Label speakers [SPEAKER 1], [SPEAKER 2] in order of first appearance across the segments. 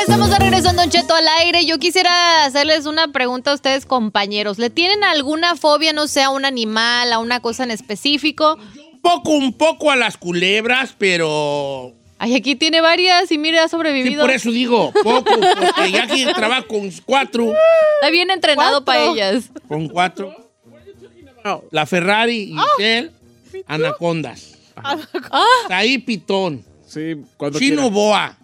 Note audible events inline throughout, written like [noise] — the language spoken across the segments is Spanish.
[SPEAKER 1] Estamos de regreso en Don Cheto al aire. Yo quisiera hacerles una pregunta a ustedes, compañeros. ¿Le tienen alguna fobia, no sé, a un animal, a una cosa en específico?
[SPEAKER 2] poco, un poco a las culebras, pero...
[SPEAKER 1] Ay, aquí tiene varias y mira, ha
[SPEAKER 2] Sí,
[SPEAKER 1] sobrevivido.
[SPEAKER 2] por eso digo, poco, porque ya que trabajo con cuatro,
[SPEAKER 1] Está bien entrenado para ellas.
[SPEAKER 2] con cuatro, la Ferrari, Giselle, Anacondas, ahí Pitón,
[SPEAKER 3] Sí, cuando
[SPEAKER 2] Chino
[SPEAKER 3] quiera.
[SPEAKER 2] Boa,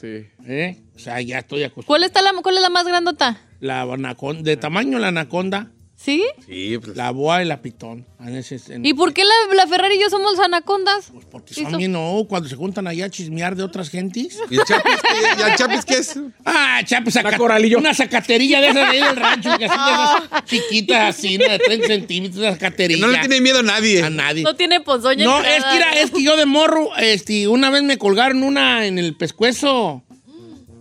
[SPEAKER 3] Sí.
[SPEAKER 2] ¿eh? o sea, ya estoy acostumbrado.
[SPEAKER 1] ¿Cuál, está la, ¿Cuál es la más grandota?
[SPEAKER 2] La anaconda, de tamaño la anaconda,
[SPEAKER 1] ¿Sí?
[SPEAKER 3] Pues.
[SPEAKER 2] la boa y la pitón. A veces en-
[SPEAKER 1] ¿Y por qué la, la Ferrari y yo somos anacondas?
[SPEAKER 2] Pues porque
[SPEAKER 1] Sí,
[SPEAKER 2] son
[SPEAKER 1] son-
[SPEAKER 2] bien, no, cuando se juntan allá a chismear de otras gentes.
[SPEAKER 4] ¿Y el Chapis qué, ¿Y el Chapis qué es?
[SPEAKER 2] Ah, chapes,
[SPEAKER 3] Una coralillo.
[SPEAKER 2] Una sacaterilla de esas de ahí del rancho, que así de
[SPEAKER 1] Ah.
[SPEAKER 2] esas chiquitas, así, ¿no? de 30 centímetros, una
[SPEAKER 4] Que
[SPEAKER 2] sacaterilla.
[SPEAKER 4] no le tiene miedo a nadie.
[SPEAKER 2] a nadie.
[SPEAKER 1] No tiene ponzoña.
[SPEAKER 2] No,
[SPEAKER 1] entrada.
[SPEAKER 2] es que, era- es que yo de morro, este, una vez me colgaron una en el pescuezo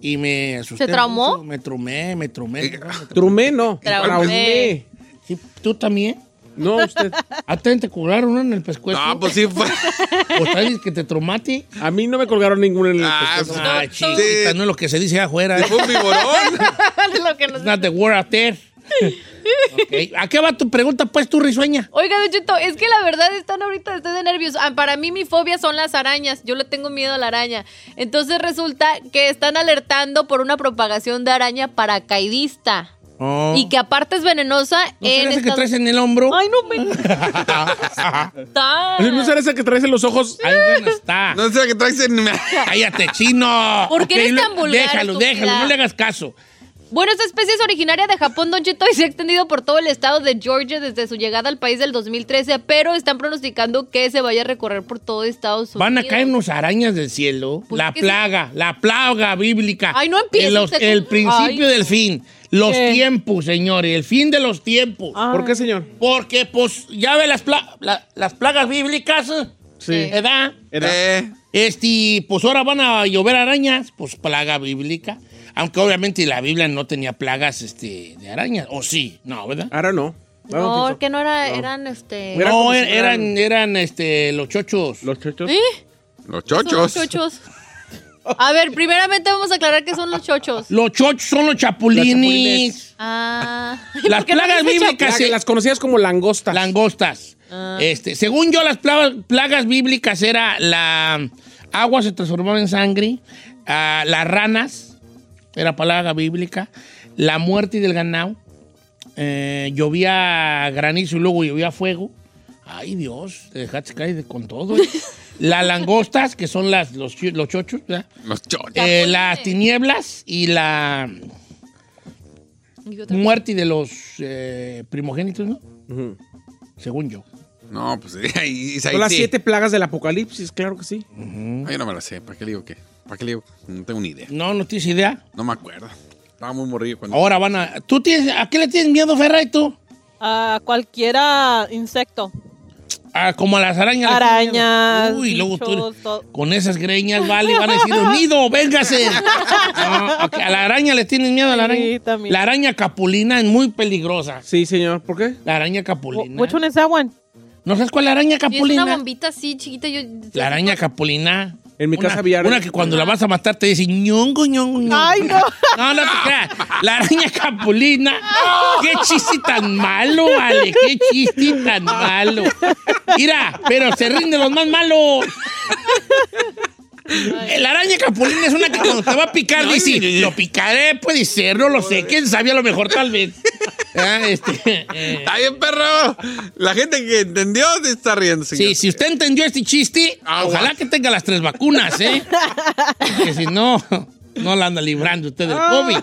[SPEAKER 2] y me asusté.
[SPEAKER 1] ¿Se traumó?
[SPEAKER 2] mucho. Me trumé, me trumé.
[SPEAKER 4] Eh.
[SPEAKER 2] me trumé.
[SPEAKER 3] Trumé, no.
[SPEAKER 1] Traumé.
[SPEAKER 3] Traumé.
[SPEAKER 2] Sí, ¿Tú también?
[SPEAKER 3] No, usted.
[SPEAKER 2] ¿A ti te colgaron una en el pescuezo?
[SPEAKER 4] No, pues sí. fue-
[SPEAKER 2] Pues sabes que te traumaste.
[SPEAKER 3] A mí no me colgaron ninguno en el
[SPEAKER 4] Ah,
[SPEAKER 3] pescuezo.
[SPEAKER 4] pues,
[SPEAKER 2] Ay,
[SPEAKER 4] sí.
[SPEAKER 2] chiquita, no es lo que se dice afuera.
[SPEAKER 4] Fue un viborón.
[SPEAKER 1] [laughs] Lo que nos-
[SPEAKER 2] It's not the word out there. Ok, ¿A qué va tu pregunta, pues, tú risueña?
[SPEAKER 1] Oiga, Don Cheto, es que la verdad están ahorita, estoy de nervios. Ah, Para mí mi fobia son las arañas. Yo le tengo miedo a la araña. Entonces resulta que están alertando por una propagación de araña paracaidista.
[SPEAKER 2] Oh.
[SPEAKER 1] Y que aparte es venenosa
[SPEAKER 2] ¿No
[SPEAKER 1] Eh, en
[SPEAKER 2] será ese que
[SPEAKER 1] Estados-
[SPEAKER 2] traes en el hombro?
[SPEAKER 1] Ay, no
[SPEAKER 2] [laughs]
[SPEAKER 1] me está.
[SPEAKER 3] [laughs] ¿No será esa que traes en los ojos?
[SPEAKER 2] Ahí bueno está.
[SPEAKER 4] No sé qué traes en...
[SPEAKER 2] Cállate, chino.
[SPEAKER 1] ¿Por qué
[SPEAKER 2] Ok,
[SPEAKER 1] eres tan
[SPEAKER 2] lo-
[SPEAKER 1] vulgar,
[SPEAKER 2] Déjalo,
[SPEAKER 1] estúpida?
[SPEAKER 2] déjalo, no le hagas caso.
[SPEAKER 1] Bueno, esta especie es originaria de Japón, Don Cheto, y se ha extendido por todo el estado de Georgia desde su llegada al país del 2013, pero están pronosticando que se vaya a recorrer por todo Estados Unidos.
[SPEAKER 2] Van a caernos arañas del cielo.
[SPEAKER 1] Pues
[SPEAKER 2] la
[SPEAKER 1] que
[SPEAKER 2] plaga, la plaga bíblica.
[SPEAKER 1] Ay, no empieces,
[SPEAKER 2] El, los-
[SPEAKER 1] te-
[SPEAKER 2] el principio
[SPEAKER 1] Ay.
[SPEAKER 2] del fin. Los tiempos, señores. El fin de los tiempos.
[SPEAKER 1] Ah.
[SPEAKER 3] ¿Por qué, señor?
[SPEAKER 2] Porque, pues, ya ve las, pla- la- las plagas bíblicas. eh,
[SPEAKER 3] Sí.
[SPEAKER 2] ¿Verdad?
[SPEAKER 3] Era-
[SPEAKER 4] Eh,
[SPEAKER 2] Este, pues ahora van a llover arañas, pues plaga bíblica. Aunque obviamente la Biblia no tenía plagas este, de arañas. O sí, no, ¿verdad?
[SPEAKER 3] Ahora no. I don't
[SPEAKER 1] No,
[SPEAKER 3] think so.
[SPEAKER 1] que no era, eran este.
[SPEAKER 3] Era
[SPEAKER 2] no,
[SPEAKER 3] como si
[SPEAKER 2] er-
[SPEAKER 3] fueran-
[SPEAKER 2] eran, eran este, los chochos.
[SPEAKER 3] Los chochos.
[SPEAKER 1] ¿Eh?
[SPEAKER 4] los
[SPEAKER 1] Son los
[SPEAKER 4] chochos.
[SPEAKER 1] chochos. A ver, primeramente vamos a aclarar que son los chochos.
[SPEAKER 2] Los chochos son los chapulines.
[SPEAKER 1] Ah.
[SPEAKER 2] Las
[SPEAKER 1] [laughs] ¿Por qué no
[SPEAKER 2] plagas
[SPEAKER 1] dice
[SPEAKER 2] bíblicas
[SPEAKER 3] Las-
[SPEAKER 2] se-
[SPEAKER 3] Las conocías como langostas.
[SPEAKER 2] langostas. Este, según yo, las pla- plagas bíblicas era la agua se transformaba en sangre, ah, las ranas, era plaga bíblica, la muerte del ganado, eh, llovía granizo y luego llovía fuego. Ay, Dios, te dejaste caer de- con todo. eh. las langostas, que son las, los, chi- los chochos, ¿verdad?
[SPEAKER 4] Los chochos.
[SPEAKER 2] Eh, las tinieblas y la
[SPEAKER 1] chapulines? Y otra-
[SPEAKER 2] muerte de los eh, primogénitos, ¿no? Según yo.
[SPEAKER 4] No, pues eh, ahí, ahí
[SPEAKER 3] Son las
[SPEAKER 4] sí.
[SPEAKER 3] siete plagas del apocalipsis, claro que sí.
[SPEAKER 4] No, yo no me la sé. ¿Para qué le digo qué? ¿Para qué le digo? No tengo ni idea.
[SPEAKER 2] No, no tienes idea.
[SPEAKER 4] No me acuerdo. Estaba muy morrido cuando...
[SPEAKER 2] Ahora van a. ¿Tú tienes, ¿A qué le tienes miedo, Ferrari, tú?
[SPEAKER 5] A cualquiera insecto.
[SPEAKER 2] Ah, como a las arañas. le tienes miedo.
[SPEAKER 5] Arañas,
[SPEAKER 2] Uy, luego tú.
[SPEAKER 5] bichos, todo.
[SPEAKER 2] Con esas greñas, vale, van a decir, "Oh, nido,
[SPEAKER 5] [laughs]
[SPEAKER 2] véngase. Ah, ok, A la araña le tienes miedo a la araña.
[SPEAKER 5] Sí, también.
[SPEAKER 2] La araña capulina es muy peligrosa.
[SPEAKER 3] Sí, señor. ¿Por qué?
[SPEAKER 2] La araña
[SPEAKER 5] Wh-
[SPEAKER 2] capulina.
[SPEAKER 5] Pues Which one is that one?
[SPEAKER 2] ¿No sabes cuál araña
[SPEAKER 1] Y es una
[SPEAKER 2] capulina?
[SPEAKER 1] bombita así chiquita. Yo,
[SPEAKER 2] La araña capulina.
[SPEAKER 3] pues, En mi
[SPEAKER 2] Una-
[SPEAKER 3] casa había
[SPEAKER 2] Una
[SPEAKER 3] araña.
[SPEAKER 2] que cuando la vas a matar te dice ñongo, ñongo, ñongo.
[SPEAKER 5] Ay, no.
[SPEAKER 2] No, no te creas. La araña capulina. ¡Qué chiste tan malo, vale! ¡Qué chiste tan malo! Mira, pero se rinde los más malos. La araña capulina es una que cuando te va a picar dice, lo picaré, puede ser, no lo sé, quién sabe, a lo mejor tal vez. Ah, este, eh.
[SPEAKER 4] ¡Está bien, perro! La gente que entendió se está riendo, señor.
[SPEAKER 2] Sí, si usted entendió este chiste, ojalá que tenga las tres vacunas, ¿eh? Porque si no, no la anda librando usted del COVID.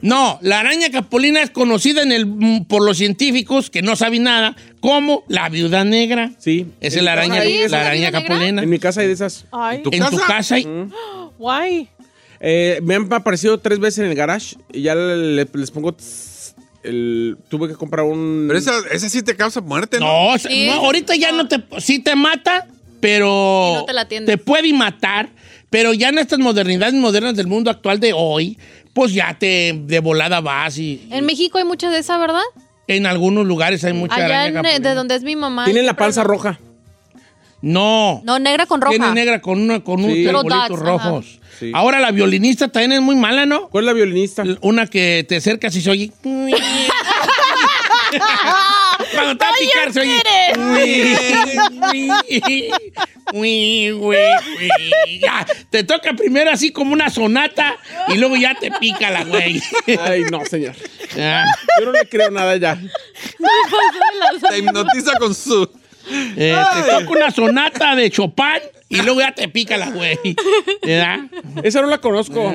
[SPEAKER 2] No, la araña capulina es conocida en el, mm, por los científicos que no saben nada como la viuda negra.
[SPEAKER 3] Sí.
[SPEAKER 2] Esa es la araña,
[SPEAKER 3] Ahí
[SPEAKER 2] la
[SPEAKER 3] es.
[SPEAKER 2] araña
[SPEAKER 1] viuda negra?
[SPEAKER 2] capulina.
[SPEAKER 3] En mi casa hay de esas.
[SPEAKER 5] [laughs] Ay,
[SPEAKER 2] En tu casa. y-
[SPEAKER 5] why?
[SPEAKER 3] Eh, me han aparecido tres veces en el garage y ya le- les pongo. tss, el- tuve que comprar un.
[SPEAKER 4] Pero esa, esa sí te causa muerte, ¿no?
[SPEAKER 2] No, o sea,
[SPEAKER 1] Sí.
[SPEAKER 2] no, ahorita ya no te... Sí te mata, pero...
[SPEAKER 1] Y no te la atiendes.
[SPEAKER 2] puede matar, pero ya en estas modernidades modernas del mundo actual de hoy, pues ya te de volada vas y...
[SPEAKER 1] En México hay mucha de esa, ¿verdad?
[SPEAKER 2] En algunos lugares hay mucha
[SPEAKER 1] Allá
[SPEAKER 2] araña
[SPEAKER 1] en, eh,
[SPEAKER 2] capulina.
[SPEAKER 1] de donde es mi mamá.
[SPEAKER 3] Tienen la
[SPEAKER 1] siempre-
[SPEAKER 3] panza roja.
[SPEAKER 2] No.
[SPEAKER 1] No, negra con
[SPEAKER 2] Tiene
[SPEAKER 1] roja.
[SPEAKER 2] negra con una con unos
[SPEAKER 3] Sí.
[SPEAKER 1] Pero
[SPEAKER 2] triangulitos
[SPEAKER 1] dots, ajá.
[SPEAKER 2] rojos.
[SPEAKER 3] Sí.
[SPEAKER 2] Ahora la violinista también es muy mala, ¿no?
[SPEAKER 3] ¿Cuál es la violinista?
[SPEAKER 2] L- Una que te acercas y
[SPEAKER 1] [laughs]
[SPEAKER 2] se oye. Cuando te va a picar se oye. Uy, uy, uy. Ya, te toca primero así como una sonata y luego ya te pica la
[SPEAKER 3] [laughs]
[SPEAKER 2] güey.
[SPEAKER 3] Ay, no, señor.
[SPEAKER 2] Ah,
[SPEAKER 3] Yo no le creo nada
[SPEAKER 1] [laughs]
[SPEAKER 3] ya.
[SPEAKER 4] Te hipnotiza con su.
[SPEAKER 2] eh, te toca una sonata de Chopin y luego ya te pica la güey. ¿Verdad?
[SPEAKER 3] Esa no la conozco.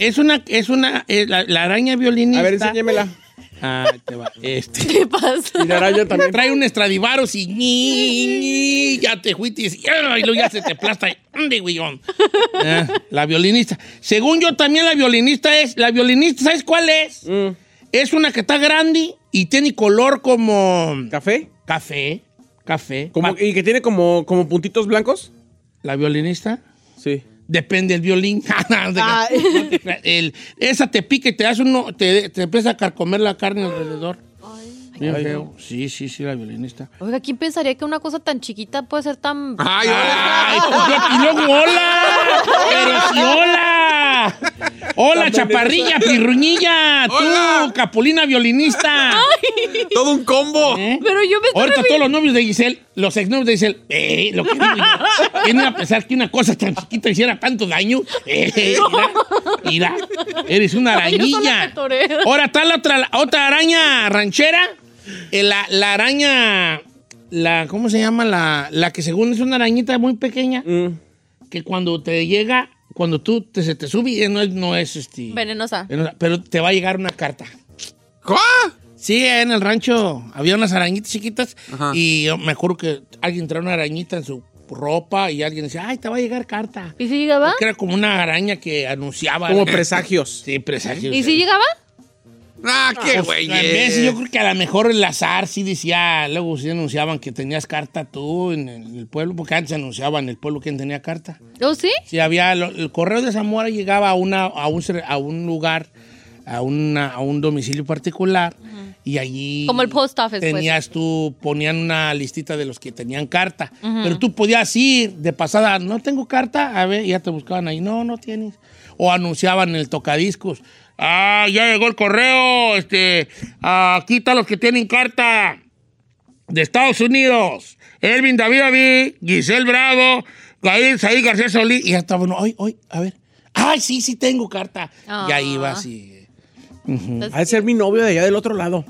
[SPEAKER 2] Es una, es una, eh, la, la araña violinista.
[SPEAKER 3] A ver, enséñemela.
[SPEAKER 2] Ah, te va. Este.
[SPEAKER 1] ¿Qué pasa?
[SPEAKER 3] Y la araña también.
[SPEAKER 2] Trae un Stradivarius y ñi, ñi, ya te juites y ay, luego ya se te aplasta. y, ande, güeyón. Ah, la violinista. Según yo también la violinista es, la violinista, ¿sabes cuál es?
[SPEAKER 4] Mm.
[SPEAKER 2] Es una que está grande y tiene color como
[SPEAKER 3] ¿Café?
[SPEAKER 2] café, café.
[SPEAKER 3] Como-
[SPEAKER 2] Va-
[SPEAKER 3] ¿Y que tiene como, como puntitos blancos?
[SPEAKER 2] La violinista.
[SPEAKER 3] Sí.
[SPEAKER 2] Depende del violín. [laughs] No te creas. No te creas. El- esa te pica y te hace uno, te, te empieza a carcomer la carne alrededor. Bien feo. Sí, sí, sí, la violinista.
[SPEAKER 1] Oiga, ¿quién pensaría que una cosa tan chiquita puede ser tan...
[SPEAKER 4] ¡Ay,
[SPEAKER 2] ¡Ay!
[SPEAKER 4] hola!
[SPEAKER 2] yo- y luego, hola. Pero sí, hola. Hola, chaparrilla, pirruñilla. Tú,
[SPEAKER 4] Hola.
[SPEAKER 2] capulina violinista.
[SPEAKER 4] ¡Todo un combo!
[SPEAKER 2] ¿Eh?
[SPEAKER 1] Pero yo me estoy
[SPEAKER 2] Ahorita todos los novios de Giselle, los exnovios de Giselle, eh, lo que digo
[SPEAKER 1] [laughs]
[SPEAKER 2] yo, ¿quién iba a pensar que una cosa tan chiquita hiciera tanto daño?
[SPEAKER 1] [laughs]
[SPEAKER 2] Eh, mira, mira, eres una
[SPEAKER 1] Ay, yo sola
[SPEAKER 2] arañilla.
[SPEAKER 1] me toreo.
[SPEAKER 2] Ahora está la otra, la otra araña ranchera, eh, la, la araña, la, ¿cómo se llama? La, la que según es una arañita muy pequeña, que cuando te llega, cuando tú te, se te sube, eh, no es, no es este,
[SPEAKER 1] Venenosa.
[SPEAKER 2] venenosa, pero te va a llegar una carta.
[SPEAKER 4] ¡Ah!
[SPEAKER 2] Sí, en el rancho había unas arañitas chiquitas
[SPEAKER 4] Ajá.
[SPEAKER 2] y yo me acuerdo que alguien traía una arañita en su ropa y alguien decía, ay, te va a llegar carta.
[SPEAKER 1] ¿Y si llegaba?
[SPEAKER 2] Que era como una araña que anunciaba.
[SPEAKER 3] Como presagios.
[SPEAKER 2] Sí, presagios.
[SPEAKER 1] ¿Y si llegaba?
[SPEAKER 4] ¡Ah, qué
[SPEAKER 2] Pues,
[SPEAKER 4] güey! eh.
[SPEAKER 2] en vez, yo creo que a lo mejor el azar sí decía, luego sí anunciaban que tenías carta tú en el, en el pueblo, porque antes anunciaban en el pueblo quién tenía carta.
[SPEAKER 1] ¿Oh, sí?
[SPEAKER 2] Sí, había, lo- el correo de Zamora llegaba a, una, a, un, cer- a un lugar, a, una, a un domicilio particular y allí...
[SPEAKER 1] Como el post office, pues.
[SPEAKER 2] Tenías tú, ponían una listita de los que tenían carta, pero tú podías ir de pasada, no tengo carta, a ver, y ya te buscaban ahí, no, no tienes. O anunciaban en el tocadiscos, ah, ya llegó el correo, este, aquí están los que tienen carta de Estados Unidos, Elvin David David, Giselle Bravo, Gael Saí García Solís, y hasta bueno, hoy, hoy, a ver, ay, sí, sí tengo carta. Y ahí ibas y...
[SPEAKER 3] Ha de ser mi novio de allá del otro lado.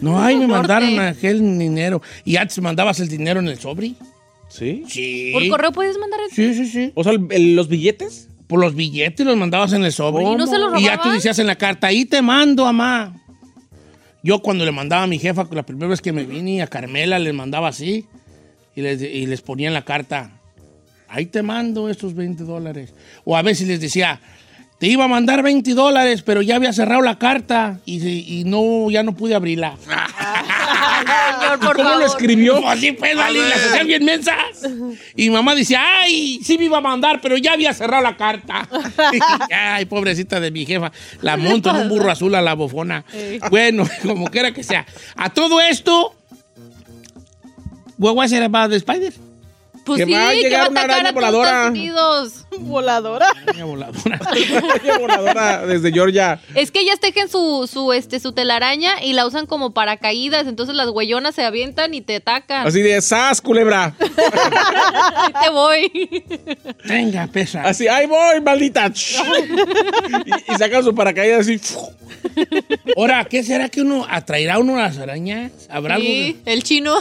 [SPEAKER 2] No, ay, me
[SPEAKER 1] Norte.
[SPEAKER 2] mandaron aquel dinero. ¿Y antes mandabas el dinero en el sobre?
[SPEAKER 3] ¿Sí?
[SPEAKER 2] Sí.
[SPEAKER 1] ¿Por correo puedes mandar el-
[SPEAKER 2] Sí, sí, sí.
[SPEAKER 3] O sea, el- el- los billetes.
[SPEAKER 2] Por los billetes los mandabas en el sobre.
[SPEAKER 1] ¿Y no se los
[SPEAKER 2] Y ya tú
[SPEAKER 1] robaban?
[SPEAKER 2] decías en la carta, ahí te mando, mamá. Yo cuando le mandaba a mi jefa, la primera vez que me vine a Carmela, les mandaba así. Y les, y les ponía en la carta, ahí te mando estos 20 dólares. O a veces les decía, te iba a mandar 20 dólares, pero ya había cerrado la carta y, se- y no, ya no pude abrirla.
[SPEAKER 1] Señor, por
[SPEAKER 3] ¿Cómo lo
[SPEAKER 1] favor.
[SPEAKER 3] escribió?
[SPEAKER 2] Pues así pues, dale, las hacía bien mensas. Y mamá dice, ay, sí me iba a mandar, pero ya había cerrado la carta. ay, pobrecita de mi jefa. La monto en un burro azul a la bofona. Bueno, como quiera que sea. A todo esto, What was it about the spider?
[SPEAKER 1] Pues
[SPEAKER 3] Que
[SPEAKER 1] sí, que
[SPEAKER 3] va a
[SPEAKER 1] va a
[SPEAKER 3] llegar una
[SPEAKER 1] atacar
[SPEAKER 3] araña
[SPEAKER 1] a todos
[SPEAKER 3] voladora.
[SPEAKER 1] Estados Unidos.
[SPEAKER 5] Voladora.
[SPEAKER 2] Araña voladora.
[SPEAKER 3] Qué voladora desde Georgia.
[SPEAKER 1] Es que ellas tejen su, su, este, su telaraña y la usan como paracaídas, entonces las güeyonas se avientan y te atacan.
[SPEAKER 3] Así de sas, culebra.
[SPEAKER 1] Ahí te voy.
[SPEAKER 2] Venga, pesa.
[SPEAKER 3] Así, ahí
[SPEAKER 1] [laughs]
[SPEAKER 3] voy, maldita. y, y sacan su paracaídas así.
[SPEAKER 2] Ahora, ¿qué será que uno atraerá a uno a las arañas? ¿Habrá
[SPEAKER 1] Sí, el chino.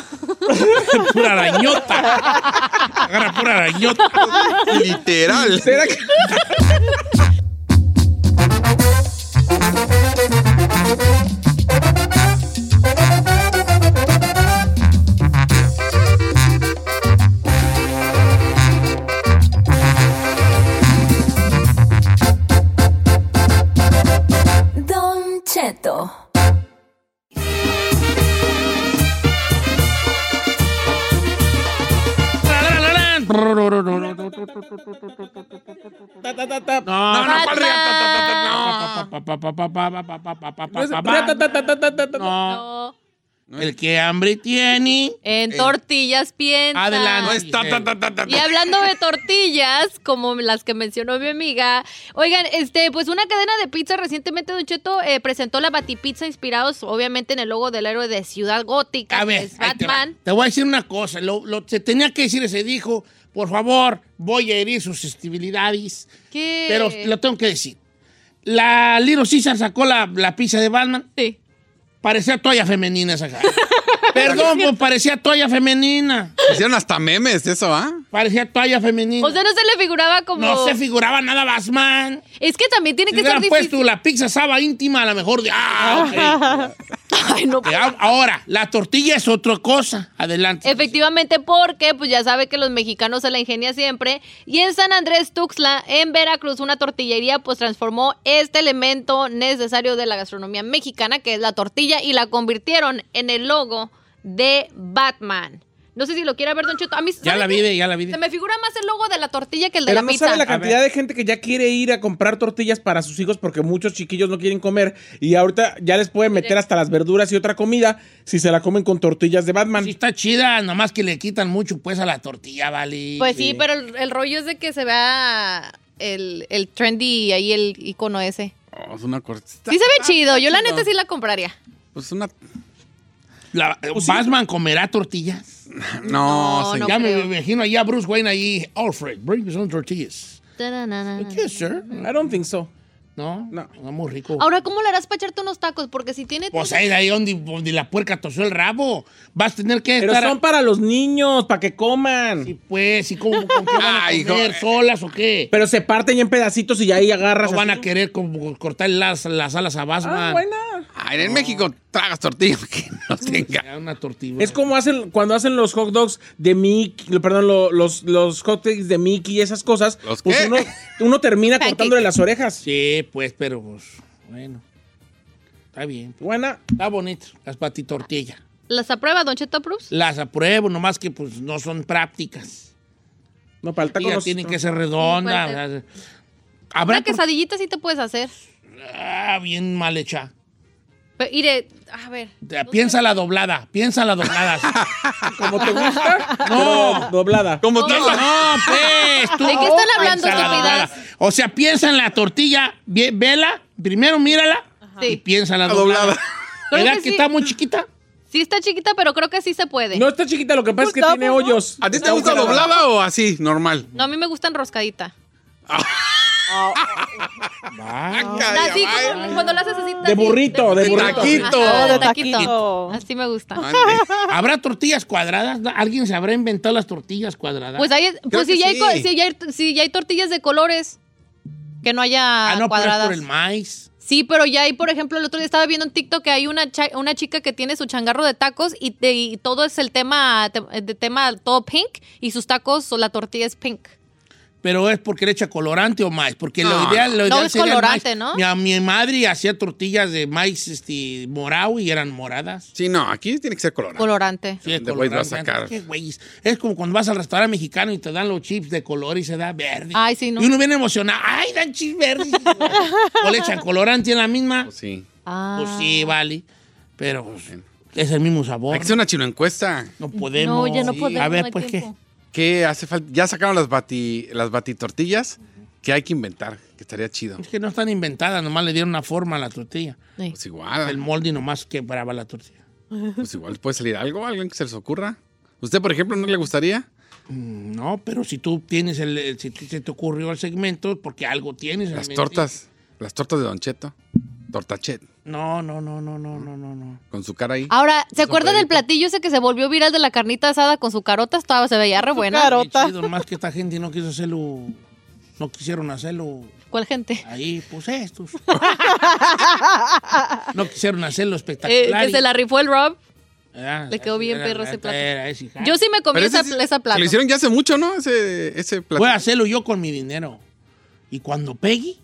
[SPEAKER 2] algo de pura arañota? Agarra pura arañota.
[SPEAKER 4] Literal.
[SPEAKER 3] ¿Será que-
[SPEAKER 6] Don Cheto.
[SPEAKER 3] ta, ta, ta,
[SPEAKER 2] No,
[SPEAKER 3] ta.
[SPEAKER 2] no,
[SPEAKER 1] Batman.
[SPEAKER 2] ¿cuál
[SPEAKER 1] Ah.
[SPEAKER 2] regata? Pa, pa, pa, pa, pa, pa, pa, pa, pa,
[SPEAKER 3] No es-
[SPEAKER 2] pa, pa,
[SPEAKER 3] Pues, ta,
[SPEAKER 2] pa.
[SPEAKER 3] ta, ta, ta, ta, ta, ta.
[SPEAKER 2] No.
[SPEAKER 1] No.
[SPEAKER 2] El que hambre tiene.
[SPEAKER 1] En tortillas piensa.
[SPEAKER 2] Adelante.
[SPEAKER 4] No es ta, ta, ta, ta, ta,
[SPEAKER 1] Y
[SPEAKER 4] ta.
[SPEAKER 1] hablando de tortillas, como las que mencionó mi amiga, oigan, este, pues una cadena de pizza recientemente, Don Cheto, eh, presentó la Batipizza inspirados, obviamente, en el logo del héroe de Ciudad Gótica,
[SPEAKER 2] A
[SPEAKER 1] que
[SPEAKER 2] ver,
[SPEAKER 1] es
[SPEAKER 2] ahí te va.
[SPEAKER 1] Batman.
[SPEAKER 2] Te voy a decir una cosa. Lo, lo- se tenía que decir, se dijo, por favor, voy a herir susceptibilidades.
[SPEAKER 1] ¿Qué?
[SPEAKER 2] Pero lo tengo que decir. La Little Caesar sacó la, la pizza de Batman.
[SPEAKER 1] Sí.
[SPEAKER 2] Parecía toalla femenina
[SPEAKER 1] [laughs]
[SPEAKER 2] esa cara. Perdón, pues parecía toalla femenina.
[SPEAKER 4] Hicieron hasta memes eso, ¿ah?
[SPEAKER 2] Parecía toalla femenina.
[SPEAKER 1] O sea, no se le figuraba como.
[SPEAKER 2] no se figuraba nada Batman.
[SPEAKER 1] es que también tiene
[SPEAKER 2] Si
[SPEAKER 1] que ser
[SPEAKER 2] hubieran
[SPEAKER 1] difícil.
[SPEAKER 2] puesto la pizza saba íntima, a lo mejor de. ¡Ah! ok.
[SPEAKER 1] [laughs] Ay, no.
[SPEAKER 2] Eh, ah, Ahora, la tortilla es otra cosa. Adelante.
[SPEAKER 1] Efectivamente, porque pues ya sabe que los mexicanos se la ingenia siempre. Y en San Andrés Tuxtla, en Veracruz, una tortillería pues transformó este elemento necesario de la gastronomía mexicana, que es la tortilla, y la convirtieron en el logo de Batman. No sé si lo quiera ver, Don Cheto. A mí
[SPEAKER 2] Ya
[SPEAKER 1] ¿sabe
[SPEAKER 2] la
[SPEAKER 1] qué?
[SPEAKER 2] vive, ya la vive.
[SPEAKER 1] Se me figura más el logo de la tortilla que el de
[SPEAKER 3] Pero
[SPEAKER 1] la
[SPEAKER 3] no
[SPEAKER 1] pizza.
[SPEAKER 3] sabe la
[SPEAKER 2] ver.
[SPEAKER 3] cantidad de gente que ya quiere ir a comprar tortillas para sus hijos porque muchos chiquillos no quieren comer y ahorita ya les pueden meter hasta las verduras y otra comida si se la comen con tortillas de Batman.
[SPEAKER 2] Sí está chida, nomás que le quitan mucho pues a la tortilla, vale.
[SPEAKER 1] Pues sí, pero el, el rollo es de que se vea el, el trendy ahí, el icono ese.
[SPEAKER 4] Oh, es una cortita. Ah,
[SPEAKER 1] Sí se
[SPEAKER 2] Ah,
[SPEAKER 1] ve chido. Yo la neta sí la compraría.
[SPEAKER 4] Pues una.
[SPEAKER 2] La-
[SPEAKER 3] Pues
[SPEAKER 2] Batman comerá tortillas.
[SPEAKER 4] No,
[SPEAKER 1] No,
[SPEAKER 4] señor.
[SPEAKER 1] no.
[SPEAKER 2] ya me
[SPEAKER 1] creo.
[SPEAKER 2] imagino allá Bruce Wayne ahí. Alfred, bring me some tortillas.
[SPEAKER 1] Ta-ra-ra-ra.
[SPEAKER 2] Yes, sir.
[SPEAKER 3] I don't think so.
[SPEAKER 2] No, no,
[SPEAKER 3] No.
[SPEAKER 2] muy rico.
[SPEAKER 1] Ahora, ¿cómo le harás para echarte unos tacos? Porque si tiene...
[SPEAKER 2] Pues ahí, ahí donde, donde la puerca tosió el rabo. Vas a tener que
[SPEAKER 3] Pero
[SPEAKER 2] estar.
[SPEAKER 3] son para los niños, para que coman.
[SPEAKER 2] Sí, pues, ¿y cómo, con qué van a
[SPEAKER 4] Ay,
[SPEAKER 2] comer?
[SPEAKER 4] hijo.
[SPEAKER 2] ¿Solas o qué?
[SPEAKER 3] Pero se parten ya en pedacitos y ahí agarras.
[SPEAKER 2] no van
[SPEAKER 3] así.
[SPEAKER 2] a querer como cortar las, las alas a Batman.
[SPEAKER 3] Ah, buena.
[SPEAKER 4] Ay, en México tragas tortillas [laughs] que no tenga.
[SPEAKER 2] Ya, Una tortilla.
[SPEAKER 3] Es como hacen cuando hacen los hot dogs de Mickey, perdón, lo- los, los hot dogs de Mickey y esas cosas.
[SPEAKER 4] ¿Los
[SPEAKER 3] pues
[SPEAKER 4] qué?
[SPEAKER 3] uno, uno [laughs] termina
[SPEAKER 1] Pancake.
[SPEAKER 3] cortándole las orejas.
[SPEAKER 2] Sí, pues, pero pues, bueno. Está bien. pues.
[SPEAKER 3] Buena.
[SPEAKER 2] Está bonito. Las patitortillas.
[SPEAKER 1] ¿Las aprueba Don Cheto Proofs?
[SPEAKER 2] Las apruebo, nomás que pues no son prácticas.
[SPEAKER 3] No, para el taco
[SPEAKER 2] Ellas
[SPEAKER 3] nos- [laughs]
[SPEAKER 2] tienen que ser
[SPEAKER 1] Sí, puede
[SPEAKER 2] redondas. Habrá
[SPEAKER 1] Una
[SPEAKER 2] que
[SPEAKER 1] quesadillita sí te puedes hacer.
[SPEAKER 2] bien mal hecha.
[SPEAKER 1] Pero, iré, a ver.
[SPEAKER 2] Te- Piensa la doblada, piensa
[SPEAKER 1] [laughs]
[SPEAKER 2] la doblada.
[SPEAKER 3] Como te gusta.
[SPEAKER 2] No.
[SPEAKER 3] pero Doblada.
[SPEAKER 4] Como tú.
[SPEAKER 2] Piensa- no, pues, tú.
[SPEAKER 1] ¿De qué están hablando,
[SPEAKER 2] Piensa la
[SPEAKER 1] estúpidas?
[SPEAKER 2] doblada. O sea, piensa en la tortilla, ve- vela, primero mírala y
[SPEAKER 1] Sí.
[SPEAKER 2] piensa en la
[SPEAKER 4] La
[SPEAKER 2] doblada.
[SPEAKER 4] doblada.
[SPEAKER 1] Creo
[SPEAKER 2] ¿Verdad
[SPEAKER 1] que sí.
[SPEAKER 2] que, está muy chiquita?
[SPEAKER 1] Sí está chiquita, pero creo que sí se puede.
[SPEAKER 3] No
[SPEAKER 1] No,
[SPEAKER 3] está chiquita, lo que pasa es que
[SPEAKER 5] Gustavo,
[SPEAKER 3] tiene
[SPEAKER 5] ¿no?
[SPEAKER 3] hoyos.
[SPEAKER 4] ¿A ti te gusta doblada o así, normal?
[SPEAKER 1] a mí me gusta enroscadita.
[SPEAKER 4] Ah,
[SPEAKER 1] Así
[SPEAKER 4] Ay,
[SPEAKER 1] como cuando la haces así.
[SPEAKER 3] De burrito, de burrito.
[SPEAKER 4] Taquito.
[SPEAKER 1] Ajá, de
[SPEAKER 5] De
[SPEAKER 1] taquito.
[SPEAKER 5] taquito.
[SPEAKER 1] Así me gusta.
[SPEAKER 4] ande.
[SPEAKER 2] ¿Habrá tortillas cuadradas? ¿Alguien se habrá inventado las tortillas cuadradas?
[SPEAKER 1] Pues, hay, pues
[SPEAKER 4] que
[SPEAKER 1] si, ya hay,
[SPEAKER 4] sí.
[SPEAKER 1] co- si, ya hay, si ya hay tortillas de colores, que no haya
[SPEAKER 2] ah, no, pero es
[SPEAKER 1] cuadradas.
[SPEAKER 2] por el maíz.
[SPEAKER 1] Sí, pero ya hay, por ejemplo, el otro día estaba viendo en TikTok que hay una, cha- una chica que tiene su changarro de tacos y, te- y todo es el tema, te- de tema todo pink y sus tacos o la tortilla es pink.
[SPEAKER 2] Pero es porque le echa colorante o maíz. Porque lo
[SPEAKER 4] No,
[SPEAKER 2] ideal, lo
[SPEAKER 1] no. No
[SPEAKER 2] ideal
[SPEAKER 1] es
[SPEAKER 2] sería el
[SPEAKER 1] colorante,
[SPEAKER 2] maíz.
[SPEAKER 1] ¿no?
[SPEAKER 2] Mi, a mi madre hacía tortillas de maíz este, morado y eran moradas.
[SPEAKER 4] Sí, no, aquí tiene que ser colorado.
[SPEAKER 1] Colorante.
[SPEAKER 2] Sí,
[SPEAKER 4] ¿Dónde, güey,
[SPEAKER 2] colorante.
[SPEAKER 4] vas a sacar?
[SPEAKER 2] Qué güeyes. Es como cuando vas al restaurante mexicano y te dan los chips de color y se da verde.
[SPEAKER 1] Ay, sí, no.
[SPEAKER 2] Y uno viene emocionado. ¡Ay, dan chips verdes!
[SPEAKER 1] [laughs]
[SPEAKER 2] o le echan colorante en la misma.
[SPEAKER 4] Sí.
[SPEAKER 1] Ah.
[SPEAKER 2] Pues sí, vale. Pero pues, Es el mismo sabor.
[SPEAKER 4] Hay que hacer una chino encuesta.
[SPEAKER 2] No podemos.
[SPEAKER 1] No, ya no podemos,
[SPEAKER 2] A
[SPEAKER 1] no
[SPEAKER 2] ver,
[SPEAKER 1] hay
[SPEAKER 2] pues qué.
[SPEAKER 1] tiempo.
[SPEAKER 4] ¿Qué hace falta? Ya sacaron las bati, las batitortillas que hay que inventar, que estaría chido.
[SPEAKER 2] Es que no están inventadas, nomás le dieron una forma a la tortilla.
[SPEAKER 1] Sí.
[SPEAKER 4] Pues igual,
[SPEAKER 2] El molde nomás quebraba la tortilla.
[SPEAKER 4] pues igual puede salir algo, alguien que se les ocurra. ¿Usted, por ejemplo, no le gustaría?
[SPEAKER 2] No, pero si tú tienes el, el- si te- se te ocurrió el segmento, porque algo tienes.
[SPEAKER 4] Las
[SPEAKER 2] realmente.
[SPEAKER 4] tortas, las tortas de Don Cheto. Tortachet,
[SPEAKER 2] No, no, no, no, no, no, no, no.
[SPEAKER 4] con su cara ahí.
[SPEAKER 1] Ahora, ¿se acuerdan del platillo ese que se volvió viral de la carnita asada con su carota? Estaba, se veía re buena.
[SPEAKER 5] caro-
[SPEAKER 2] Qué
[SPEAKER 5] Torta.
[SPEAKER 2] chido, más que esta gente no quiso hacerlo, no quisieron hacerlo
[SPEAKER 1] ¿Cuál
[SPEAKER 4] Ah,
[SPEAKER 1] gente?
[SPEAKER 2] ahí, pues estos. no quisieron hacerlo
[SPEAKER 1] Eh,
[SPEAKER 2] espectacular.
[SPEAKER 1] que se la rifó el Rob.
[SPEAKER 2] Ah,
[SPEAKER 1] le quedó bien
[SPEAKER 2] era-
[SPEAKER 1] perro ese plato.
[SPEAKER 2] era ese, hija.
[SPEAKER 1] Yo sí me comí
[SPEAKER 4] Pero
[SPEAKER 1] esa,
[SPEAKER 4] ese sí-
[SPEAKER 1] esa
[SPEAKER 4] se
[SPEAKER 1] plata.
[SPEAKER 4] Lo hicieron ya hace mucho, ¿no? Ese, ese plato.
[SPEAKER 2] Voy a hacerlo yo con mi dinero. Y cuando pegue,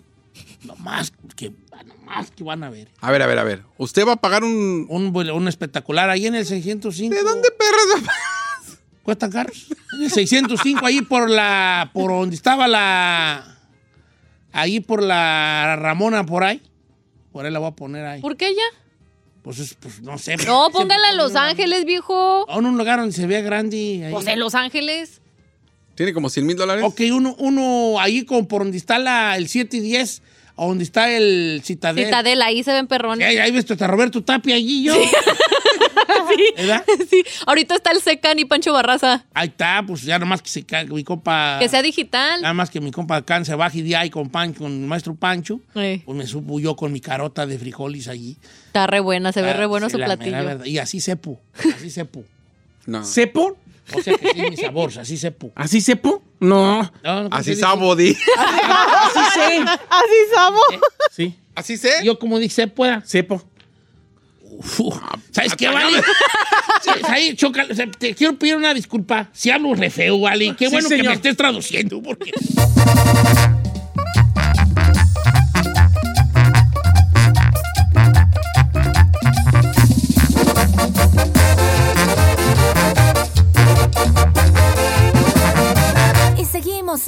[SPEAKER 2] nomás que, nomás que van a ver.
[SPEAKER 4] A ver, a ver, a ver. ¿Usted va a pagar un...
[SPEAKER 2] Un, vuelo- un espectacular ahí en el 605.
[SPEAKER 4] ¿De dónde perras va a pagar?
[SPEAKER 2] ¿Cuesta caros? En el 605, ahí por la. por donde estaba la. Ahí por la Ramona, por ahí. Por ahí la voy a poner ahí.
[SPEAKER 1] ¿Por qué ya?
[SPEAKER 2] Pues, es- pues no sé.
[SPEAKER 1] No, póngala en Los Ángeles, viejo.
[SPEAKER 2] A un lugar donde se vea grande. ahí.
[SPEAKER 1] Pues en Los Ángeles.
[SPEAKER 4] Tiene como 100 mil dólares.
[SPEAKER 2] Ok, uno, uno ahí con, por donde está la, el 7 y 10, a donde está el Citadel.
[SPEAKER 1] Citadela, ahí se ven
[SPEAKER 2] Sí,
[SPEAKER 1] perrones.
[SPEAKER 2] Ahí, ahí ves tú, está Roberto Tapia allí yo.
[SPEAKER 1] [laughs]
[SPEAKER 2] ¿Verdad?
[SPEAKER 1] Sí, ahorita está el Secan y Pancho Barraza.
[SPEAKER 2] Ahí está, pues ya nomás que se ca- mi compa.
[SPEAKER 1] Que sea digital.
[SPEAKER 2] Nada más que mi compa Can se baje de ahí con, Pan, con el maestro Pancho.
[SPEAKER 1] Eh,
[SPEAKER 2] Pues me supo yo con mi carota de frijoles allí.
[SPEAKER 1] está re buena, se ve
[SPEAKER 2] Ah,
[SPEAKER 1] re bueno
[SPEAKER 2] sí,
[SPEAKER 1] su
[SPEAKER 2] la mera
[SPEAKER 1] platillo.
[SPEAKER 2] verdad. Y así sepo, así sepo.
[SPEAKER 4] No.
[SPEAKER 3] ¿Sepo?
[SPEAKER 2] O sea que sí, mi sabor, así sepo.
[SPEAKER 3] ¿Así sepo? No.
[SPEAKER 2] No, no,
[SPEAKER 4] Así
[SPEAKER 2] ¿qué
[SPEAKER 4] sabo, di. [laughs]
[SPEAKER 3] Así sé.
[SPEAKER 5] [laughs] Así sabo.
[SPEAKER 3] Sí,
[SPEAKER 4] Así
[SPEAKER 2] dice?
[SPEAKER 4] sé.
[SPEAKER 2] Yo como dije sepo,
[SPEAKER 3] sepo.
[SPEAKER 2] Uf, ¿Sabes qué, Vale? [laughs] Sí, ahí, choca, o sea, te quiero pedir una disculpa. Si hablo re feo, Vale. Qué
[SPEAKER 3] Sí,
[SPEAKER 2] bueno que
[SPEAKER 3] señor.
[SPEAKER 2] me estés traduciendo, porque.
[SPEAKER 6] Y seguimos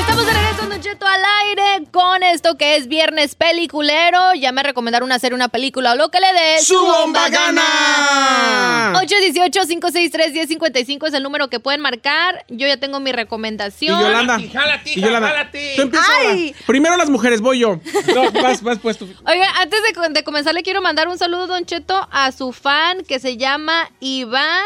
[SPEAKER 1] Estamos de regreso en Don Cheto al aire con esto que es Viernes Peliculero. Ya me recomendaron hacer una película o lo que le dé.
[SPEAKER 3] ¡Su bomba gana!
[SPEAKER 1] 818-563-1055 es el número que pueden marcar. Yo ya tengo mi
[SPEAKER 3] Y
[SPEAKER 1] recomendación.
[SPEAKER 3] Yolanda.
[SPEAKER 2] Jálate, jálate,
[SPEAKER 3] Y Yolanda.
[SPEAKER 2] jálate.
[SPEAKER 3] Tú empieza ahora.
[SPEAKER 1] Ay.
[SPEAKER 3] Primero las mujeres, voy yo. No, vas, vas, pues tú.
[SPEAKER 1] Oigan, antes de, de comenzar le quiero mandar un saludo, Don Cheto, a su fan que se llama Iván.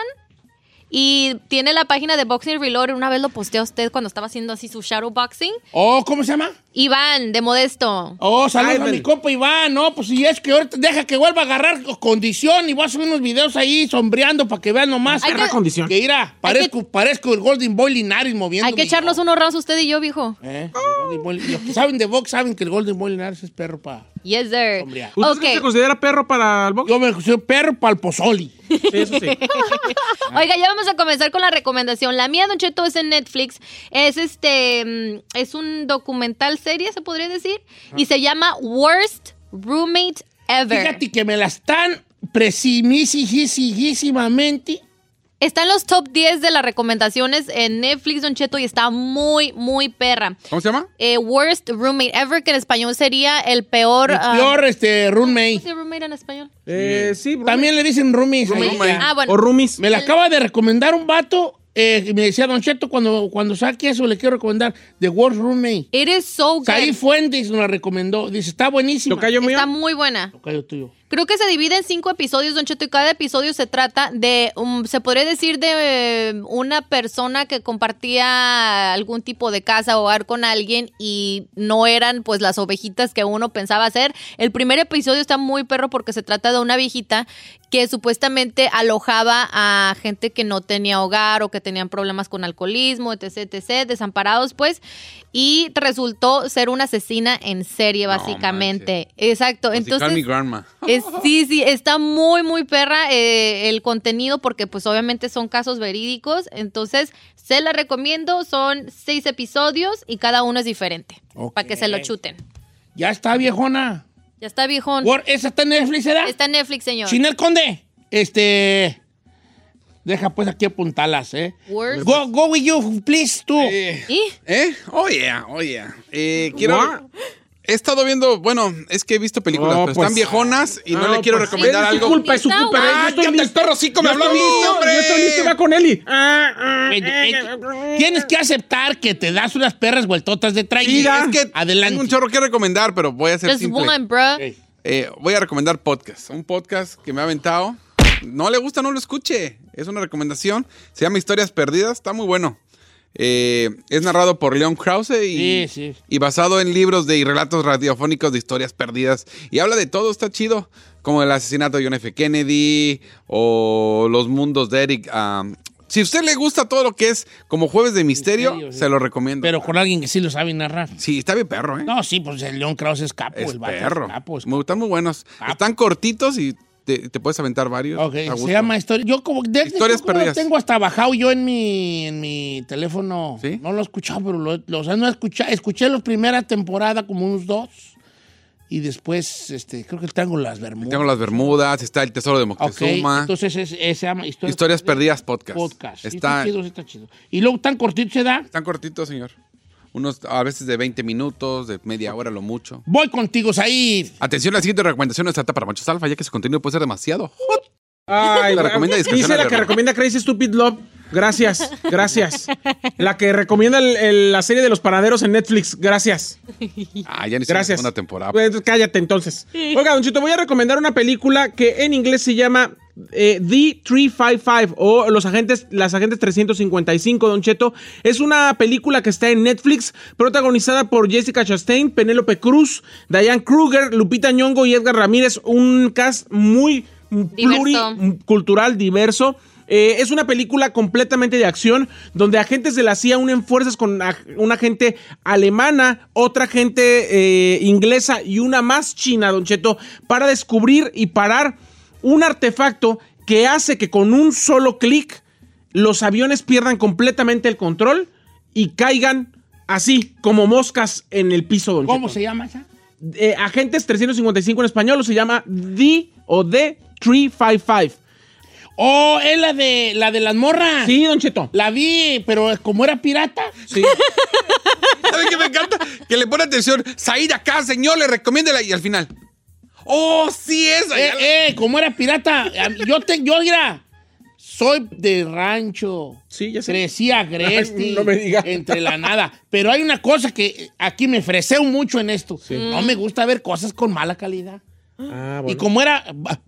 [SPEAKER 1] Y tiene la página de Boxing Reloaded. Una vez lo posteó usted cuando estaba haciendo así su shadow boxing.
[SPEAKER 2] Oh, ¿cómo se llama?
[SPEAKER 1] Iván, de Modesto.
[SPEAKER 2] Oh, saludos
[SPEAKER 3] Ay,
[SPEAKER 2] a
[SPEAKER 3] vale.
[SPEAKER 2] mi compa Iván. No, pues si es que ahorita deja que vuelva a agarrar condición y voy a subir unos videos ahí sombreando para que vean nomás.
[SPEAKER 1] Hay
[SPEAKER 3] Perra
[SPEAKER 1] que-
[SPEAKER 3] condición.
[SPEAKER 2] Que irá, parezco, parezco el Golden Boy Linares Eh, moviendo.
[SPEAKER 1] Hay que echarnos unos rounds usted y yo, viejo.
[SPEAKER 2] Los que saben de box saben que el Golden Boy Linares es perro para.
[SPEAKER 1] Yes, sir.
[SPEAKER 2] Sombrear.
[SPEAKER 3] ¿Usted
[SPEAKER 1] Ok.
[SPEAKER 3] se considera perro para el box?
[SPEAKER 2] Yo me considero perro para el
[SPEAKER 1] [laughs]
[SPEAKER 2] pozoli.
[SPEAKER 3] Sí, eso sí. Ah.
[SPEAKER 1] Oiga, ya vamos a comenzar con la recomendación. La mía, Don Cheto, es en Netflix. Es este. mm, Es un documental serie, se podría decir. Y se llama Worst Roommate Ever.
[SPEAKER 2] Fíjate que me la están presimísimamente.
[SPEAKER 1] Está en los top 10 de las recomendaciones en Netflix, Don Cheto, y está muy, muy perra.
[SPEAKER 4] ¿Cómo se llama?
[SPEAKER 1] Eh, worst Roommate Ever, que en español sería el peor. ah,
[SPEAKER 2] Peor, este,
[SPEAKER 1] ¿Cómo
[SPEAKER 2] roommate.
[SPEAKER 1] se dice roommate en español?
[SPEAKER 3] Eh, sí, Rumi.
[SPEAKER 2] También le dicen roomies. ahí,
[SPEAKER 4] Roommate.
[SPEAKER 2] ya.
[SPEAKER 1] Ah, bueno.
[SPEAKER 3] O roomies.
[SPEAKER 2] Me la acaba de recomendar un vato. eh, me decía, Don Cheto, cuando, cuando saque eso, le quiero recomendar The Worst Roommate.
[SPEAKER 1] It is so good.
[SPEAKER 2] Saí Fuentes nos la recomendó. Dice, está buenísima.
[SPEAKER 3] Tocayo mío.
[SPEAKER 1] Está muy buena.
[SPEAKER 2] Tocayo tuyo.
[SPEAKER 1] Creo que se divide en cinco episodios, Don Cheto, y cada episodio se trata de, um, se podría decir, de eh, una persona que compartía algún tipo de casa o hogar con alguien y no eran pues las ovejitas que uno pensaba ser. El primer episodio está muy perro porque se trata de una viejita que supuestamente alojaba a gente que no tenía hogar o que tenían problemas con alcoholismo, etc., etc., desamparados pues, y resultó ser una asesina en serie
[SPEAKER 4] No Pues
[SPEAKER 1] básicamente. Exacto.
[SPEAKER 4] Así,
[SPEAKER 1] Entonces...
[SPEAKER 4] Call me grandma.
[SPEAKER 1] Es- sí, sí, está muy, muy perra eh, el contenido porque pues obviamente son casos verídicos. Entonces, se la recomiendo. Son seis episodios y cada uno es diferente.
[SPEAKER 2] Ok.
[SPEAKER 1] Para que se lo chuten.
[SPEAKER 2] Ya está, viejona.
[SPEAKER 1] Ya está viejón.
[SPEAKER 2] War- ¿Esa está en Netflix, era?
[SPEAKER 1] Está en Netflix, señor.
[SPEAKER 2] Chinel Conde, este... Deja pues aquí apuntalas, ¿eh?
[SPEAKER 1] Worst.
[SPEAKER 2] Go, go with you, please, tú.
[SPEAKER 4] Eh,
[SPEAKER 1] ¿Y?
[SPEAKER 4] ¿Eh? Oh, yeah, oh, yeah. Eh, quiero... He estado viendo, bueno, es que he visto películas,
[SPEAKER 3] No,
[SPEAKER 4] pero
[SPEAKER 3] pues, Ah,
[SPEAKER 4] están viejonas y no, le quiero recomendar
[SPEAKER 3] es
[SPEAKER 4] algo.
[SPEAKER 3] su culpa, es su culpa.
[SPEAKER 1] Ah,
[SPEAKER 3] yo estoy
[SPEAKER 4] cállate,
[SPEAKER 3] listo.
[SPEAKER 4] perro, sí, como
[SPEAKER 3] Yo
[SPEAKER 4] habló
[SPEAKER 3] estoy
[SPEAKER 4] a mí,
[SPEAKER 3] listo,
[SPEAKER 4] hombre.
[SPEAKER 3] Yo estoy listo, va con Eli. Ah, ah,
[SPEAKER 2] Eh, eh,
[SPEAKER 3] ah,
[SPEAKER 2] tienes que aceptar que te das unas perras vueltotas de traje.
[SPEAKER 4] Sí, es que
[SPEAKER 2] Adelante.
[SPEAKER 4] tengo un chorro que recomendar, pero voy a ser
[SPEAKER 1] Just
[SPEAKER 4] simple.
[SPEAKER 1] one, bro.
[SPEAKER 2] Ey.
[SPEAKER 4] Eh, voy a recomendar podcast. Un podcast que me ha aventado. No le gusta, no lo escuche. Es una recomendación. Se llama Historias Perdidas. Está muy bueno. Eh, es narrado por Leon Krause y,
[SPEAKER 2] Sí, sí.
[SPEAKER 4] y basado en libros de, y relatos radiofónicos de historias perdidas. Y habla de todo, está chido. Como el asesinato de John F. Kennedy o los mundos de Eric. um, si a usted le gusta todo lo que es como Jueves de Misterio,
[SPEAKER 2] Misterio, sí.
[SPEAKER 4] se lo recomiendo.
[SPEAKER 2] Pero con alguien que sí lo sabe narrar.
[SPEAKER 4] sí, está bien perro, ¿eh?
[SPEAKER 2] No, sí, pues el León Krause es capo,
[SPEAKER 4] Es
[SPEAKER 2] el vato
[SPEAKER 4] perro.
[SPEAKER 2] es capo. es
[SPEAKER 4] Me gustan muy buenos.
[SPEAKER 2] Capo.
[SPEAKER 4] Están cortitos y te, te puedes aventar varios.
[SPEAKER 2] Ah, Ok,
[SPEAKER 4] a gusto.
[SPEAKER 2] se llama historia. Yo como de- de-
[SPEAKER 4] Historias
[SPEAKER 2] yo como
[SPEAKER 4] perdidas.
[SPEAKER 2] lo tengo hasta bajado yo en mi, en mi teléfono.
[SPEAKER 4] ¿Sí?
[SPEAKER 2] No lo he escuchado, pero lo, lo- o sea, no he escuchado. Escuché la primera temporada como unos dos. Y después, este, creo que tengo las Bermudas.
[SPEAKER 4] Tengo las Bermudas, está el Tesoro de
[SPEAKER 2] Ok,
[SPEAKER 4] Moctezuma.
[SPEAKER 2] entonces es- es- se llama Historias,
[SPEAKER 4] Historias Perdidas Podcast.
[SPEAKER 2] Podcast. Sí, Está,
[SPEAKER 4] Está-
[SPEAKER 2] chido, sí, está chido. Y luego tan cortito se da.
[SPEAKER 4] Están cortitos, señor. Unos a veces de 20 minutos, de media hora, lo mucho.
[SPEAKER 2] Voy contigo, Said.
[SPEAKER 4] Atención, la siguiente recomendación no es apta para machos alfa, ya que su contenido puede
[SPEAKER 2] [laughs]
[SPEAKER 4] ser demasiado. hot.
[SPEAKER 3] Ay,
[SPEAKER 4] La recomienda
[SPEAKER 3] dice
[SPEAKER 4] discreción
[SPEAKER 3] la
[SPEAKER 4] al
[SPEAKER 3] que
[SPEAKER 4] verlo.
[SPEAKER 3] recomienda Crazy Stupid Love. Gracias, gracias. La que recomienda el- el- la serie de los panaderos en Netflix. Gracias.
[SPEAKER 4] Ah, ya ni
[SPEAKER 3] Gracias.
[SPEAKER 4] una temporada. [laughs]
[SPEAKER 3] Pues, entonces, cállate entonces. Oiga, Don Chito, voy a recomendar una película que en inglés se llama eh, The 355 o Los Agentes, Las Agentes 355, Don Cheto. Es una película que está en Netflix, protagonizada por Jessica Chastain, Penélope Cruz, Diane Kruger, Lupita Nyong'o y Edgar Ramírez. Un cast muy pluri,
[SPEAKER 1] Diverso.
[SPEAKER 3] cultural diverso. Eh, es una película completamente de acción donde agentes de la CIA unen fuerzas con ag- una gente alemana, otra gente eh, inglesa y una más china, Don Cheto, para descubrir y parar un artefacto que hace que con un solo clic los aviones pierdan completamente el control y caigan así como moscas en el piso, Don
[SPEAKER 2] ¿Cómo
[SPEAKER 3] Cheto
[SPEAKER 2] se llama esa?
[SPEAKER 3] eh, Agentes 355 en español o se llama D o D 355.
[SPEAKER 2] Oh, es la de, la de las morras.
[SPEAKER 3] Sí, Don Cheto.
[SPEAKER 2] La vi, pero como era pirata.
[SPEAKER 3] Sí.
[SPEAKER 4] ¿Saben qué me encanta? Que le pone atención. Said acá, señor, le recomiéndela. Y al final. ¡Oh, sí
[SPEAKER 3] [laughs]
[SPEAKER 4] es!
[SPEAKER 2] Eh,
[SPEAKER 4] allá la-
[SPEAKER 2] eh, como era pirata. A mí- Yo te, yo mira, soy de rancho.
[SPEAKER 3] Sí, ya sé.
[SPEAKER 2] Crecí a Gresti.
[SPEAKER 3] No me diga.
[SPEAKER 2] Entre la nada. Pero hay una cosa que eh, aquí me freseo mucho en esto. No me gusta ver cosas con mala calidad.
[SPEAKER 3] Ah,
[SPEAKER 2] Y como era. va-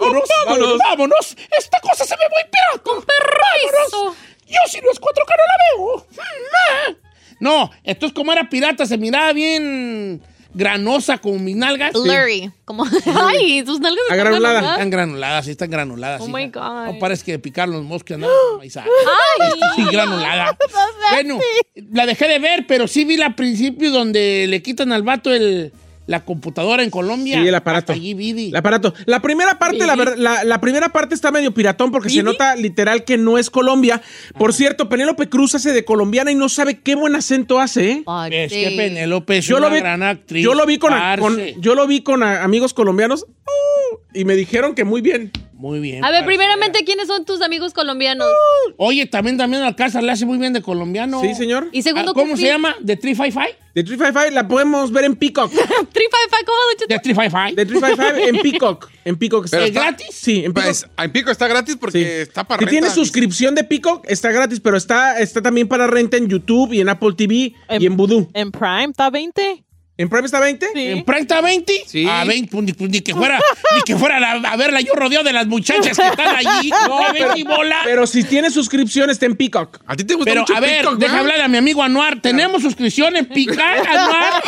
[SPEAKER 2] Vámonos, vámonos, vámonos. Esta cosa se ve muy pirata. Con perro. Yo si no es 4K no la veo. Mm, ah. No, esto es como era pirata, se miraba bien granosa con mis nalgas.
[SPEAKER 1] Blurry. Como, [laughs] ay, tus nalgas están
[SPEAKER 3] Agranulada.
[SPEAKER 1] granuladas.
[SPEAKER 2] Están granuladas, sí, están granuladas.
[SPEAKER 1] Oh
[SPEAKER 2] sí.
[SPEAKER 1] my God.
[SPEAKER 2] No parece que picaron los moscas, nada.
[SPEAKER 1] [gasps]
[SPEAKER 2] Ahí sale. ah. Sí,
[SPEAKER 1] [laughs]
[SPEAKER 2] granulada. Bueno, la dejé de ver, pero sí vi la principio donde le quitan al vato el, la computadora en Colombia.
[SPEAKER 3] Sí, el aparato.
[SPEAKER 2] Hasta allí vi.
[SPEAKER 3] El aparato. La primera parte, la, ver- la, la primera parte está medio piratón porque se nota literal que no es Colombia.
[SPEAKER 2] Ah.
[SPEAKER 3] Por cierto, Penélope Cruz hace de colombiana y no sabe qué buen acento hace, ¿eh?
[SPEAKER 1] Ay,
[SPEAKER 2] Es
[SPEAKER 1] sí.
[SPEAKER 2] que Penélope Ah, es
[SPEAKER 3] Yo
[SPEAKER 2] una
[SPEAKER 3] lo vi,
[SPEAKER 2] gran actriz.
[SPEAKER 3] yo lo vi con,
[SPEAKER 2] parce.
[SPEAKER 3] con- yo lo vi con ah, amigos colombianos uh, y me dijeron que muy bien.
[SPEAKER 2] Muy bien.
[SPEAKER 1] A ver,
[SPEAKER 2] parce.
[SPEAKER 1] primeramente, ¿quiénes son tus amigos colombianos?
[SPEAKER 4] Uh.
[SPEAKER 2] Oye, también, también Alcázar le hace muy bien de colombiano. Ah,
[SPEAKER 3] Sí, señor.
[SPEAKER 1] Y segundo,
[SPEAKER 2] ¿Cómo
[SPEAKER 1] ¿qué-
[SPEAKER 2] se llama? ¿De 355?
[SPEAKER 3] The 355 la podemos ver en
[SPEAKER 1] [laughs]
[SPEAKER 3] Peacock.
[SPEAKER 1] Tripa de Paco, ¿cómo, Don Cheto?
[SPEAKER 2] De 355.
[SPEAKER 3] The 355 en Peacock. En Peacock.
[SPEAKER 4] Pero
[SPEAKER 3] ¿Es
[SPEAKER 4] está-
[SPEAKER 2] gratis?
[SPEAKER 3] Sí, en Peacock.
[SPEAKER 4] Pues, en Pico está gratis porque
[SPEAKER 3] Sí.
[SPEAKER 4] Eh, está para
[SPEAKER 3] Si
[SPEAKER 4] renta.
[SPEAKER 3] tienes suscripción de Peacock, está gratis, pero está, está también para renta en YouTube y en Apple TV
[SPEAKER 5] En-
[SPEAKER 3] y en Voodoo.
[SPEAKER 5] En Prime está 20.
[SPEAKER 3] ¿En Prime está 20?
[SPEAKER 5] Sí.
[SPEAKER 2] ¿En Prime está 20?
[SPEAKER 4] Sí.
[SPEAKER 2] A 20, pues, ni, pues, ni que fuera, ni que fuera la- a verla yo rodeo de las muchachas que están allí. No, y bola. Pero,
[SPEAKER 3] Pero si tienes suscripción, está en Peacock.
[SPEAKER 4] ¿A ti te gusta mucho ah?
[SPEAKER 2] a ver,
[SPEAKER 4] TikTok,
[SPEAKER 2] deja
[SPEAKER 4] verdad?
[SPEAKER 2] hablar a mi amigo Anuar. ¿Tenemos suscripción en Picar, Anuar?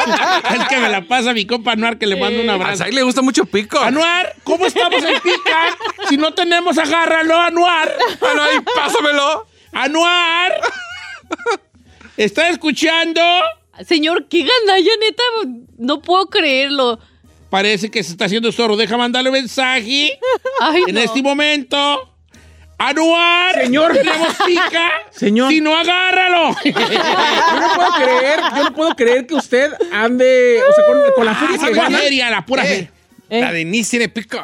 [SPEAKER 2] es que me la pasa mi compa Anuar, que le mando un
[SPEAKER 4] A
[SPEAKER 2] abrazo.
[SPEAKER 4] Said le gusta mucho Pico.
[SPEAKER 2] Anuar, ¿cómo estamos en Picar? Si no tenemos, agárralo, Anuar.
[SPEAKER 4] Ay, [laughs] pásamelo.
[SPEAKER 2] Anuar. ¿Está escuchando?
[SPEAKER 1] Señor, qué gandalla, neta. No puedo creerlo.
[SPEAKER 2] Parece que se está haciendo zorro. Deja mandarle un mensaje
[SPEAKER 1] Ay,
[SPEAKER 2] en
[SPEAKER 1] no.
[SPEAKER 2] este momento Anuar.
[SPEAKER 3] Señor.
[SPEAKER 2] Tenemos pica.
[SPEAKER 3] Señor.
[SPEAKER 2] Si no, agárralo.
[SPEAKER 3] Yo no puedo creer, yo no puedo creer que usted ande, o sea, con, con la feria
[SPEAKER 4] Ah,
[SPEAKER 2] [laughs]
[SPEAKER 3] que
[SPEAKER 2] la
[SPEAKER 3] gana.
[SPEAKER 2] feria, la pura feria.
[SPEAKER 5] Eh.
[SPEAKER 4] La Denise tiene pico.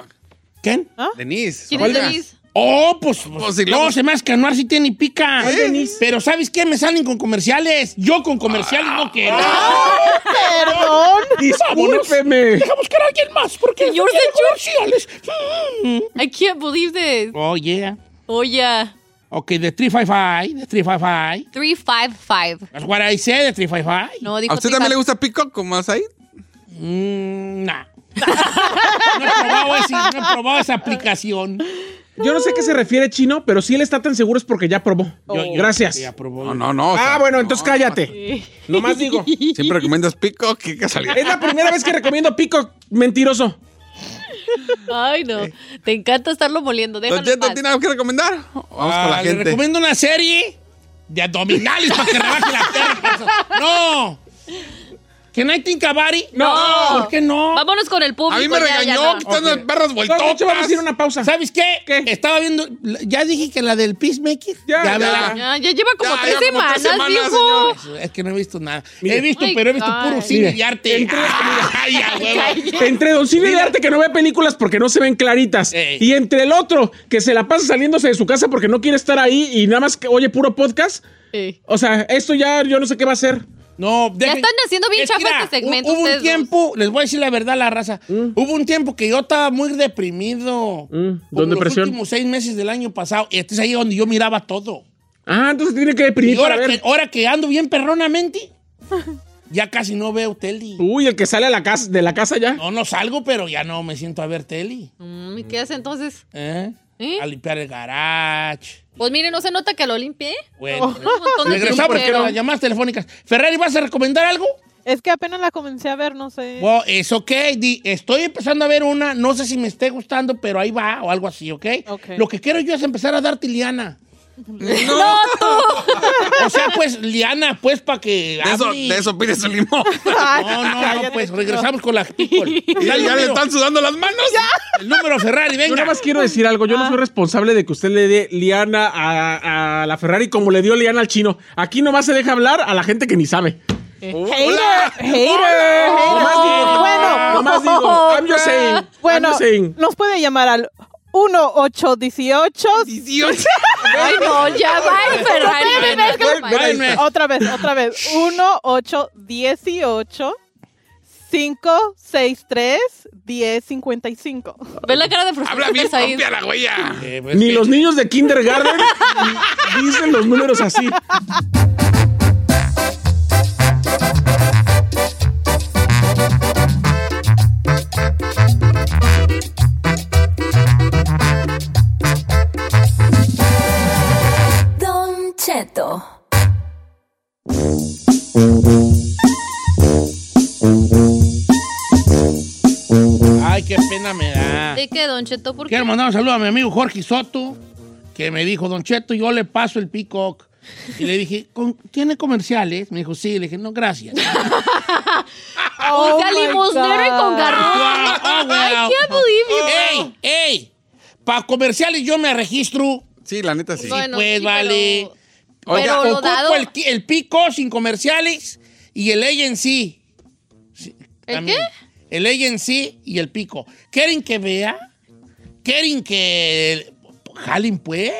[SPEAKER 2] ¿Quién?
[SPEAKER 4] Denise.
[SPEAKER 1] ¿Quién es
[SPEAKER 4] oiga.
[SPEAKER 1] Denise?
[SPEAKER 2] Oh, pues,
[SPEAKER 4] Pues, si
[SPEAKER 2] no,
[SPEAKER 4] luego-
[SPEAKER 2] se me hace que Anuar sí tiene pica. Eh.
[SPEAKER 3] ¿Cuál, Denise?
[SPEAKER 2] Pero ¿sabes qué? Me salen con comerciales. Yo con comerciales no quiero. Ah,
[SPEAKER 5] Perdón.
[SPEAKER 3] Discúlpeme.
[SPEAKER 2] Deja buscar a alguien más porque
[SPEAKER 1] Señor,
[SPEAKER 2] tiene
[SPEAKER 1] señor.
[SPEAKER 2] comerciales. Mm.
[SPEAKER 1] I can't believe this.
[SPEAKER 2] Oh, yeah.
[SPEAKER 1] Oh, yeah.
[SPEAKER 2] Ok, de 355, de 355.
[SPEAKER 1] 355.
[SPEAKER 2] That's what I said, de 355.
[SPEAKER 1] No, dijo
[SPEAKER 4] ¿A usted también le gusta pico como ahí?
[SPEAKER 2] Mm,
[SPEAKER 3] [laughs]
[SPEAKER 2] nah. no, he probado ese- no he probado esa aplicación.
[SPEAKER 3] Yo no sé a qué se refiere Chino, pero si él está tan seguro es porque ya probó.
[SPEAKER 4] Oh.
[SPEAKER 2] Yo- yo-
[SPEAKER 3] Oh. Gracias.
[SPEAKER 2] ya probó.
[SPEAKER 4] No, no, no. o sea,
[SPEAKER 3] Ah, bueno,
[SPEAKER 4] no.
[SPEAKER 3] entonces cállate. Nomás digo.
[SPEAKER 4] Siempre recomiendas pico, qué casualidad.
[SPEAKER 3] Es la primera vez que recomiendo pico mentiroso.
[SPEAKER 1] Ay, no. Te encanta estarlo moliendo.
[SPEAKER 4] ¿Don
[SPEAKER 1] Déjalo en
[SPEAKER 4] Cheto
[SPEAKER 1] paz.
[SPEAKER 4] tiene algo que recomendar? Vamos con la
[SPEAKER 2] Ah, Le
[SPEAKER 4] gente.
[SPEAKER 2] recomiendo una serie de abdominales para que rebaje la perra. ¡No! ¿Can I think about it?
[SPEAKER 3] No.
[SPEAKER 2] ¿Por qué no?
[SPEAKER 1] Vámonos con el público.
[SPEAKER 4] A mí me
[SPEAKER 1] ya, ya
[SPEAKER 4] regañó
[SPEAKER 1] no.
[SPEAKER 4] quitando las perras
[SPEAKER 3] No, de hecho, vamos a
[SPEAKER 4] vueltotas.
[SPEAKER 3] hacer una pausa.
[SPEAKER 2] ¿Sabes qué?
[SPEAKER 3] ¿Qué?
[SPEAKER 2] Estaba viendo. Ya dije que la del Peacemaker.
[SPEAKER 3] Ya, ya.
[SPEAKER 2] verá.
[SPEAKER 1] Ya, ya lleva como
[SPEAKER 4] Ya,
[SPEAKER 1] tres
[SPEAKER 4] ya como
[SPEAKER 1] semanas,
[SPEAKER 4] tres semanas,
[SPEAKER 1] viejo.
[SPEAKER 2] Es que no he visto nada.
[SPEAKER 3] Mire.
[SPEAKER 2] He visto,
[SPEAKER 1] Ay,
[SPEAKER 2] pero he visto
[SPEAKER 1] God.
[SPEAKER 2] puro cine
[SPEAKER 3] Mire.
[SPEAKER 2] y arte. Ah,
[SPEAKER 3] Entre-
[SPEAKER 2] Ay, a huevo.
[SPEAKER 3] Entre Don Silvio de Arte que no ve películas porque no se ven claritas.
[SPEAKER 2] Ey.
[SPEAKER 3] Y entre el otro que se la pasa saliéndose de su casa porque no quiere estar ahí y nada más que oye puro podcast.
[SPEAKER 1] Sí.
[SPEAKER 3] O sea, esto ya yo no sé qué va a hacer.
[SPEAKER 2] No, dejen-
[SPEAKER 1] están haciendo bien
[SPEAKER 2] Es que
[SPEAKER 1] chafa
[SPEAKER 2] mira,
[SPEAKER 1] este segmento
[SPEAKER 2] Hubo
[SPEAKER 1] ustedes
[SPEAKER 2] un
[SPEAKER 1] dos.
[SPEAKER 2] tiempo, les voy a decir la verdad, la raza.
[SPEAKER 3] Mm.
[SPEAKER 2] Hubo un tiempo que yo estaba muy deprimido.
[SPEAKER 3] ¿Dónde
[SPEAKER 2] Como los
[SPEAKER 3] depresión?
[SPEAKER 2] últimos seis meses del año pasado. Este es ahí donde yo miraba todo.
[SPEAKER 3] Ah, entonces tiene que deprimir
[SPEAKER 2] Y
[SPEAKER 3] para
[SPEAKER 2] ahora
[SPEAKER 3] ver.
[SPEAKER 2] que, ahora que ando bien perronamente, ya casi no veo tele.
[SPEAKER 3] Uy, el que sale a la casa, de la casa ya.
[SPEAKER 2] No, no salgo, pero ya no me siento a ver tele.
[SPEAKER 1] Mm, ¿Y qué hace entonces?
[SPEAKER 2] ¿Eh?
[SPEAKER 1] ¿Eh?
[SPEAKER 2] A limpiar el garage.
[SPEAKER 1] Pues mire, no se nota que lo limpie.
[SPEAKER 2] Bueno,
[SPEAKER 1] Un montón de
[SPEAKER 2] regresamos
[SPEAKER 1] tintero.
[SPEAKER 2] a las llamadas telefónicas. Ferrari, ¿vas a recomendar algo?
[SPEAKER 5] Es que apenas la comencé a ver, no sé.
[SPEAKER 2] Bueno, es ok. Di- Estoy empezando a ver una, no sé si me esté gustando, pero ahí va o algo así, ¿ok?
[SPEAKER 5] Ok.
[SPEAKER 2] Lo que quiero yo es empezar a darte liana.
[SPEAKER 4] No,
[SPEAKER 2] O sea, pues liana, pues para que.
[SPEAKER 4] de eso,
[SPEAKER 2] hable.
[SPEAKER 4] de eso pide su limón.
[SPEAKER 5] Ay,
[SPEAKER 2] No, no, no,
[SPEAKER 5] cállate,
[SPEAKER 2] pues
[SPEAKER 5] no.
[SPEAKER 2] regresamos con la people.
[SPEAKER 4] Ya,
[SPEAKER 2] Dale,
[SPEAKER 4] ya le
[SPEAKER 2] número.
[SPEAKER 4] están sudando las manos. [laughs]
[SPEAKER 2] El número Ferrari,
[SPEAKER 3] Yo
[SPEAKER 2] venga. ah.
[SPEAKER 3] nada más quiero decir algo. Yo no soy responsable de que usted le dé liana a, a la Ferrari como le dio liana al chino. Aquí nomás se deja hablar a la gente que ni sabe.
[SPEAKER 5] Hater, hater.
[SPEAKER 3] Nomás digo.
[SPEAKER 5] Bueno.
[SPEAKER 3] Nomás digo. I'm just saying. I'm
[SPEAKER 5] Bueno,
[SPEAKER 3] just saying.
[SPEAKER 5] nos puede llamar al 1818.
[SPEAKER 4] 18.
[SPEAKER 1] Ay, no, ya va, Ferrari.
[SPEAKER 5] Espérame,
[SPEAKER 1] ven,
[SPEAKER 5] es que-
[SPEAKER 1] ven, ven.
[SPEAKER 2] Espérame.
[SPEAKER 5] Otra vez, otra vez. 1818 563 1055.
[SPEAKER 1] Ven la cara de frustración
[SPEAKER 4] Habla bien
[SPEAKER 1] de Said.
[SPEAKER 4] propia la huella.
[SPEAKER 2] Eh, pues,
[SPEAKER 3] Ni
[SPEAKER 2] eh,
[SPEAKER 3] los niños de kindergarten [laughs] ni- dicen los números así.
[SPEAKER 6] Don Cheto.
[SPEAKER 2] Ay, qué pena me da.
[SPEAKER 1] ¿De qué, Don Cheto? ¿Por qué?
[SPEAKER 2] Quiero mandar un saludo a mi amigo Jorge Soto, que me dijo, Don Cheto, yo le paso el peacock. Y le dije, "Con- ¿tiene comerciales? Me dijo, sí. Le dije, no, gracias.
[SPEAKER 1] Un
[SPEAKER 5] Oh my
[SPEAKER 1] limosnero y con
[SPEAKER 5] God.
[SPEAKER 1] garrote.
[SPEAKER 2] Ah, wow.
[SPEAKER 1] I can't believe you.
[SPEAKER 2] ¡Ey! ¡Ey! Para comerciales yo me registro.
[SPEAKER 4] Sí, la neta sí.
[SPEAKER 1] Bueno,
[SPEAKER 2] pues,
[SPEAKER 1] sí,
[SPEAKER 2] vale.
[SPEAKER 1] pero- pero lo
[SPEAKER 2] ocupo
[SPEAKER 1] dado-
[SPEAKER 2] el, qui- el pico sin comerciales y el agency. Sí,
[SPEAKER 1] ¿El
[SPEAKER 2] también. El agency y el pico. ¿Quieren que vea? ¿Quieren que... Jalen, pues.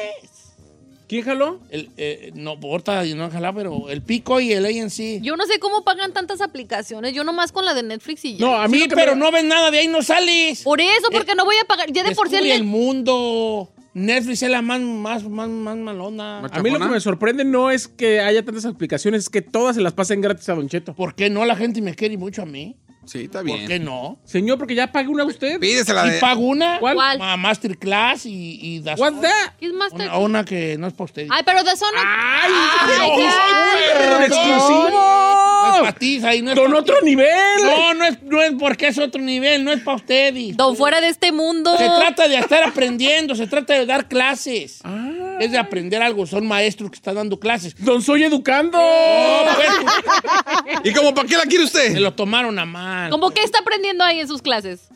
[SPEAKER 3] ¿Quién jaló?
[SPEAKER 2] El, eh, no, porta, no ojalá, pero el pico y el agency.
[SPEAKER 1] Yo no sé cómo pagan tantas aplicaciones. Yo nomás con la de Netflix y ya.
[SPEAKER 3] No, a mí
[SPEAKER 2] Sí,
[SPEAKER 3] lo que
[SPEAKER 2] pero
[SPEAKER 3] me-
[SPEAKER 2] no ven nada, de ahí no sales.
[SPEAKER 1] Por eso,
[SPEAKER 4] eh,
[SPEAKER 1] porque no voy a pagar. Ya de por sí
[SPEAKER 2] Descubre el
[SPEAKER 1] el...
[SPEAKER 2] mundo. Netflix es la más, más, más, más malona.
[SPEAKER 3] A mí lo que me sorprende no es que haya tantas aplicaciones, es que todas se las pasen gratis a Don Cheto.
[SPEAKER 2] ¿Por qué no? La gente me quiere mucho a mí.
[SPEAKER 4] Sí, está
[SPEAKER 2] ¿Por qué
[SPEAKER 4] bien.
[SPEAKER 2] no?
[SPEAKER 3] Señor, porque ya pague una a usted.
[SPEAKER 4] Pídesela
[SPEAKER 2] Y
[SPEAKER 4] de.
[SPEAKER 2] pago una.
[SPEAKER 3] ¿Cuál?
[SPEAKER 1] ¿Cuál?
[SPEAKER 2] ma- Masterclass y, y das-
[SPEAKER 3] What's that?
[SPEAKER 1] ¿Qué es Master?
[SPEAKER 2] Una, una que no es para usted.
[SPEAKER 1] Ay, pero de Sono.
[SPEAKER 3] ¡Ay!
[SPEAKER 1] Ay,
[SPEAKER 2] Ah,
[SPEAKER 1] ya.
[SPEAKER 3] ¡Pero en
[SPEAKER 2] No es
[SPEAKER 3] exclusivo!
[SPEAKER 2] para ti, ahí no es
[SPEAKER 3] ¡Con
[SPEAKER 2] pa'
[SPEAKER 3] otro
[SPEAKER 2] ti.
[SPEAKER 3] nivel!
[SPEAKER 2] No, no es, no es porque es otro nivel, no es para ustedes.
[SPEAKER 1] Don fuera de este mundo.
[SPEAKER 2] Se trata de estar aprendiendo, se trata de dar clases.
[SPEAKER 1] Ah.
[SPEAKER 2] Es de aprender algo, son maestros que están dando clases.
[SPEAKER 3] ¡Don Soy Educando!
[SPEAKER 2] No, pues,
[SPEAKER 4] ¿Y cómo para qué la quiere
[SPEAKER 2] se
[SPEAKER 4] usted?
[SPEAKER 2] lo tomaron a mal.
[SPEAKER 1] ¿Cómo que está aprendiendo ahí en sus clases?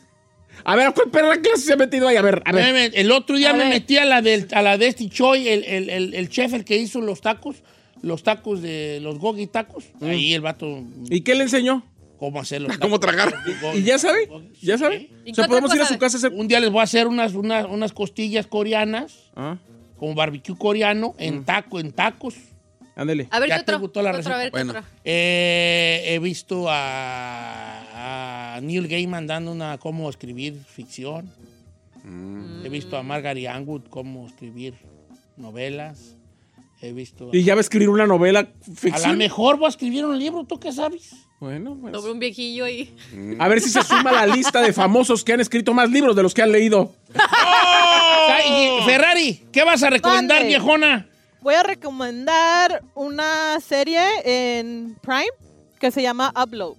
[SPEAKER 3] A ver, ¿a ¿cuál perra clase se ha metido ahí? A ver, a ver.
[SPEAKER 2] Espérame, El otro día me metí a la, del, a la de este Choi, el, el- el- el chef, el que hizo los tacos, los tacos de los gogi tacos.
[SPEAKER 3] Mm.
[SPEAKER 2] Ahí el vato,
[SPEAKER 3] ¿Y qué le enseñó?
[SPEAKER 2] cómo hacer
[SPEAKER 3] [laughs]
[SPEAKER 2] los
[SPEAKER 4] ¿Cómo
[SPEAKER 2] tacos.
[SPEAKER 4] tragar?
[SPEAKER 2] Gogi.
[SPEAKER 3] ¿Y ya sabe?
[SPEAKER 2] Gogi,
[SPEAKER 3] ¿Ya
[SPEAKER 2] sí.
[SPEAKER 3] sabe?
[SPEAKER 1] ¿Y
[SPEAKER 3] O
[SPEAKER 1] qué
[SPEAKER 3] sea,
[SPEAKER 1] otra
[SPEAKER 3] podemos ir a
[SPEAKER 1] cosa
[SPEAKER 3] su casa a hacer...
[SPEAKER 2] Un día les voy a hacer unas, unas, unas costillas coreanas,
[SPEAKER 3] Ah, Mm.
[SPEAKER 2] como barbecue coreano, en taco, en tacos.
[SPEAKER 3] ándele.
[SPEAKER 1] A ver,
[SPEAKER 2] Ya
[SPEAKER 1] ¿qué
[SPEAKER 2] te
[SPEAKER 1] otro?
[SPEAKER 2] gustó la
[SPEAKER 1] ¿Qué otro?
[SPEAKER 2] receta.
[SPEAKER 1] A ver, ¿qué
[SPEAKER 4] Bueno.
[SPEAKER 1] otro?
[SPEAKER 2] Eh, he visto a, a Neil Gaiman dando una cómo escribir ficción.
[SPEAKER 5] Mm.
[SPEAKER 2] He visto a Margaret Atwood cómo escribir novelas. He visto
[SPEAKER 3] ¿Y ya va a escribir una novela
[SPEAKER 2] a, la
[SPEAKER 3] ficción?
[SPEAKER 2] mejor voy a escribir un libro, ¿tú qué sabes?
[SPEAKER 3] Bueno, pues.
[SPEAKER 1] Sobre un viejillo ahí.
[SPEAKER 3] A ver si se suma la lista de famosos que han escrito más libros de los que han leído.
[SPEAKER 2] Ay, y- Ferrari, ¿qué vas a recomendar,
[SPEAKER 5] Mande.
[SPEAKER 2] viejona?
[SPEAKER 5] Voy a recomendar una serie en Prime que se llama Upload.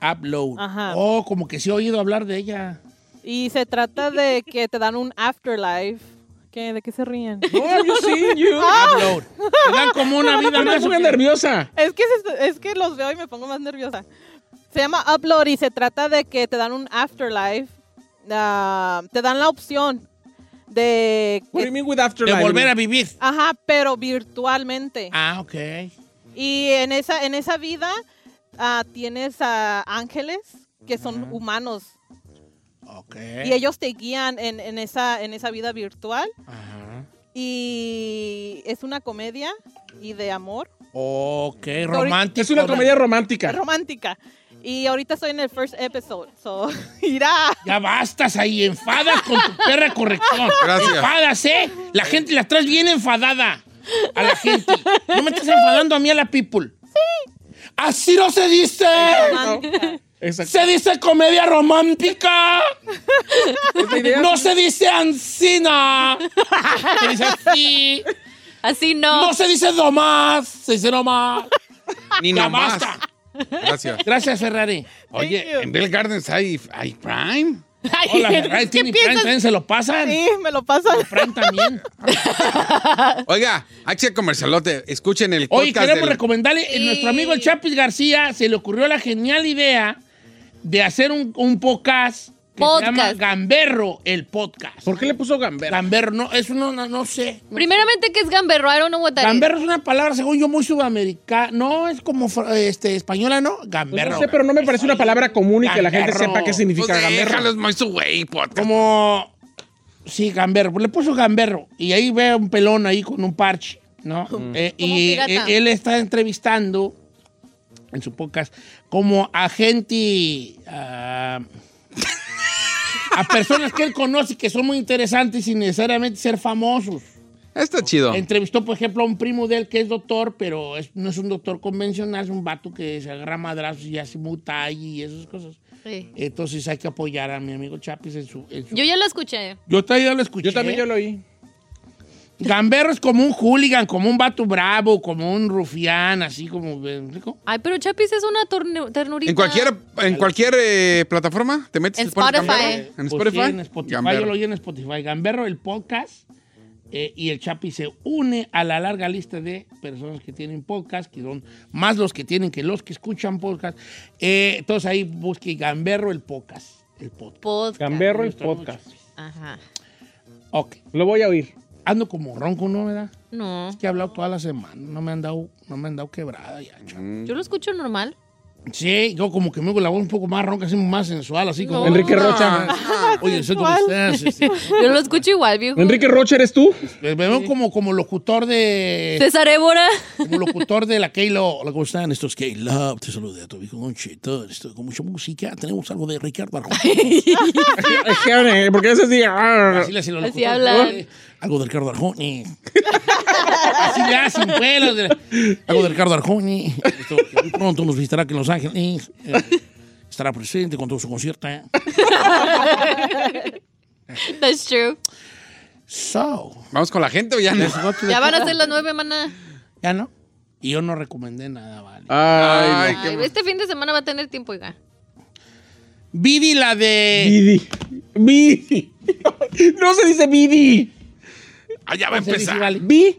[SPEAKER 2] Upload.
[SPEAKER 5] Ajá.
[SPEAKER 2] Oh, como que sí he oído hablar de ella.
[SPEAKER 5] Y se trata de que te dan un afterlife. ¿Qué? ¿De qué se ríen?
[SPEAKER 3] No, yo sí, yo.
[SPEAKER 2] Upload. Te dan como una vida
[SPEAKER 3] Me
[SPEAKER 2] más.
[SPEAKER 3] pongo nerviosa.
[SPEAKER 5] Es que, se- es que los veo y me pongo más nerviosa. Se llama Upload y se trata de que te dan un afterlife. Ah, te dan la opción de...
[SPEAKER 3] What do you mean with
[SPEAKER 2] De
[SPEAKER 3] afterlife?
[SPEAKER 2] volver a vivir.
[SPEAKER 5] Ajá, pero virtualmente.
[SPEAKER 2] Ah, ok.
[SPEAKER 5] Y en esa, en esa vida ah, tienes a ángeles que son humanos.
[SPEAKER 2] Ok.
[SPEAKER 5] Y ellos te guían en, en esa, en esa vida virtual.
[SPEAKER 2] Ajá.
[SPEAKER 5] Y es una comedia y de amor.
[SPEAKER 2] Ok, romántico.
[SPEAKER 3] Es una comedia romántica.
[SPEAKER 5] Es romántica. Y ahorita estoy en el first episode. So, [laughs] irá.
[SPEAKER 2] Ya bastas ahí, enfadas con tu perra corrección.
[SPEAKER 4] Gracias.
[SPEAKER 2] Enfadas, ¿eh? La gente la traes bien enfadada. A la gente. No me estás enfadando a mí a la people. Sí. Así no se dice.
[SPEAKER 5] romántica.
[SPEAKER 3] Exacto.
[SPEAKER 2] Se dice comedia romántica.
[SPEAKER 3] Es la idea.
[SPEAKER 2] No se dice ancina. Se dice así.
[SPEAKER 1] [laughs] Así no.
[SPEAKER 2] No se dice nomás. Se dice nomás.
[SPEAKER 4] Ni
[SPEAKER 2] Ya
[SPEAKER 4] nomás.
[SPEAKER 2] basta.
[SPEAKER 4] Gracias.
[SPEAKER 2] Gracias, Ferrari.
[SPEAKER 5] Thank you.
[SPEAKER 4] Oye, en Bell Gardens hay, hay Prime.
[SPEAKER 1] Ay,
[SPEAKER 2] Hola, Ferrari.
[SPEAKER 1] ¿qué
[SPEAKER 2] Tiene Prime,
[SPEAKER 1] piensas?
[SPEAKER 2] también se lo pasan.
[SPEAKER 5] [laughs] Sí, me lo pasan.
[SPEAKER 2] Prime también.
[SPEAKER 4] Oiga, H comercialote, escuchen el
[SPEAKER 2] Hoy
[SPEAKER 4] podcast
[SPEAKER 2] queremos
[SPEAKER 4] del-
[SPEAKER 2] recomendarle,
[SPEAKER 1] Sí.
[SPEAKER 2] a nuestro amigo el Chapis García se le ocurrió la genial idea de hacer un, un podcast que
[SPEAKER 1] Podcast.
[SPEAKER 2] se llama Gamberro, el podcast.
[SPEAKER 3] ¿Por qué le puso gambera?
[SPEAKER 2] Gamberro, no, eso no, no, no sé.
[SPEAKER 1] Primeramente, ¿qué es gamberro? I don't know what that is.
[SPEAKER 2] Gamberro es una palabra, según yo, muy sudamericana. No, es como fr- este, española, ¿no?
[SPEAKER 3] Pues
[SPEAKER 2] Gamberro.
[SPEAKER 3] no sé, pero no me parece una palabra común y que la gente
[SPEAKER 2] Gamberro.
[SPEAKER 3] sepa qué
[SPEAKER 4] Pues
[SPEAKER 3] significa
[SPEAKER 4] déjalos,
[SPEAKER 3] gamberro.
[SPEAKER 4] Moiso, güey, podcast.
[SPEAKER 2] Como. Sí, Gamberro. Pues Le puso Gamberro. Y ahí ve un pelón ahí con un parche, ¿no? Eh, y
[SPEAKER 1] pirata.
[SPEAKER 2] eh, él está entrevistando en su podcast como a gente. ah, a personas que él conoce que son muy interesantes sin necesariamente ser famosos.
[SPEAKER 4] Está chido.
[SPEAKER 2] Entrevistó, por ejemplo, a un primo de él que es doctor, pero es- no es un doctor convencional, es un vato que se agarra a madrazos y hace mutai y esas cosas.
[SPEAKER 1] Sí.
[SPEAKER 2] Entonces hay que apoyar a mi amigo Chapis en su. en su-
[SPEAKER 1] Yo ya lo escuché.
[SPEAKER 2] yo también ya lo escuché.
[SPEAKER 3] Yo también yo lo oí.
[SPEAKER 2] Gamberro es como un hooligan, como un vato bravo, como un rufián, así como. ¿me explico?
[SPEAKER 1] Ay, pero Chapis es una tornu- ternurita.
[SPEAKER 4] En cualquier, en cualquier eh, plataforma te metes
[SPEAKER 1] En
[SPEAKER 4] y pones
[SPEAKER 1] Spotify.
[SPEAKER 4] Gamberro. En
[SPEAKER 2] Pues
[SPEAKER 4] Spotify.
[SPEAKER 2] sí, en Spotify,
[SPEAKER 4] Gamberro.
[SPEAKER 2] Yo lo oí en Spotify. Gamberro, el podcast. eh, y el Chapi se une a la larga lista de personas que tienen podcast, que son más los que tienen que los que escuchan podcast. Eh, entonces ahí busque Gamberro el podcast. El podcast.
[SPEAKER 1] podcast.
[SPEAKER 3] Gamberro el podcast.
[SPEAKER 1] Ajá.
[SPEAKER 2] Ok.
[SPEAKER 3] Lo voy a oír.
[SPEAKER 2] Ando como ronco, ¿no? ¿Verdad?
[SPEAKER 1] No.
[SPEAKER 2] Es que he hablado toda la semana. No me han dado, no me han dado quebrada ya, Chapi.
[SPEAKER 1] Yo lo escucho normal.
[SPEAKER 2] Sí, yo como que me hago la voz un poco más ronca, así más sensual, así como.
[SPEAKER 1] No.
[SPEAKER 2] [laughs]
[SPEAKER 3] Enrique Rocha.
[SPEAKER 4] Ah,
[SPEAKER 2] Oye, soy como estás. este,
[SPEAKER 1] Yo lo escucho igual, viejo.
[SPEAKER 3] Enrique Rocha, ¿eres tú?
[SPEAKER 2] Me veo como, como locutor de.
[SPEAKER 1] César Évora. [laughs]
[SPEAKER 2] Como locutor de la K-Lo. Hola, ¿Cómo están? Esto es K-Love. Te saluda a tu viejo Conchito. Esto, con mucha música. Tenemos algo de
[SPEAKER 1] [laughs]
[SPEAKER 2] Ricardo Arjón.
[SPEAKER 3] Porque a veces digo, "Ah, "Arr".
[SPEAKER 2] Así le hacen los
[SPEAKER 1] Así
[SPEAKER 2] locutores.
[SPEAKER 1] hablan.
[SPEAKER 2] Algo de Ricardo Arjón. eh. Así ya, sin pelos. de- Algo de Ricardo Arjón. eh. Esto, que muy pronto nos visitará aquí en Los Ángeles. eh. Estará presente con todo su concierto. eh.
[SPEAKER 1] That's true.
[SPEAKER 2] So.
[SPEAKER 4] Vamos con la gente o ya no.
[SPEAKER 1] Ya van a ser las nueve, maná.
[SPEAKER 2] ¿Ya no? Y yo no recomendé nada, vale.
[SPEAKER 3] Ay,
[SPEAKER 4] Ay,
[SPEAKER 1] Ay,
[SPEAKER 4] qué mal.
[SPEAKER 1] este fin de semana va a tener tiempo, oiga.
[SPEAKER 2] Vivi la de...
[SPEAKER 3] Bidi. Bidi. [laughs] No se dice Bidi.
[SPEAKER 4] Ah, ya va a
[SPEAKER 2] ¿Cómo se dice,
[SPEAKER 4] empezar.
[SPEAKER 2] vale?
[SPEAKER 3] Bi.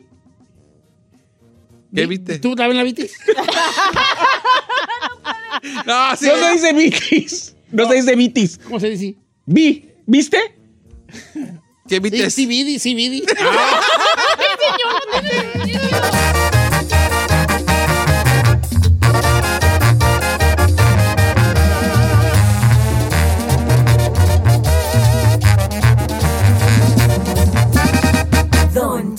[SPEAKER 4] ¿Qué
[SPEAKER 2] Vi-
[SPEAKER 4] viste?
[SPEAKER 2] ¿Tú también la viste?
[SPEAKER 4] No, sí.
[SPEAKER 3] No se dice Vitis. No se dice Vitis.
[SPEAKER 4] [laughs]
[SPEAKER 2] ¿Cómo se dice?
[SPEAKER 3] Bi. ¿Viste?
[SPEAKER 4] ¿Qué viste?
[SPEAKER 2] Sí, vidi, sí, vidi.
[SPEAKER 4] Ah,
[SPEAKER 6] Don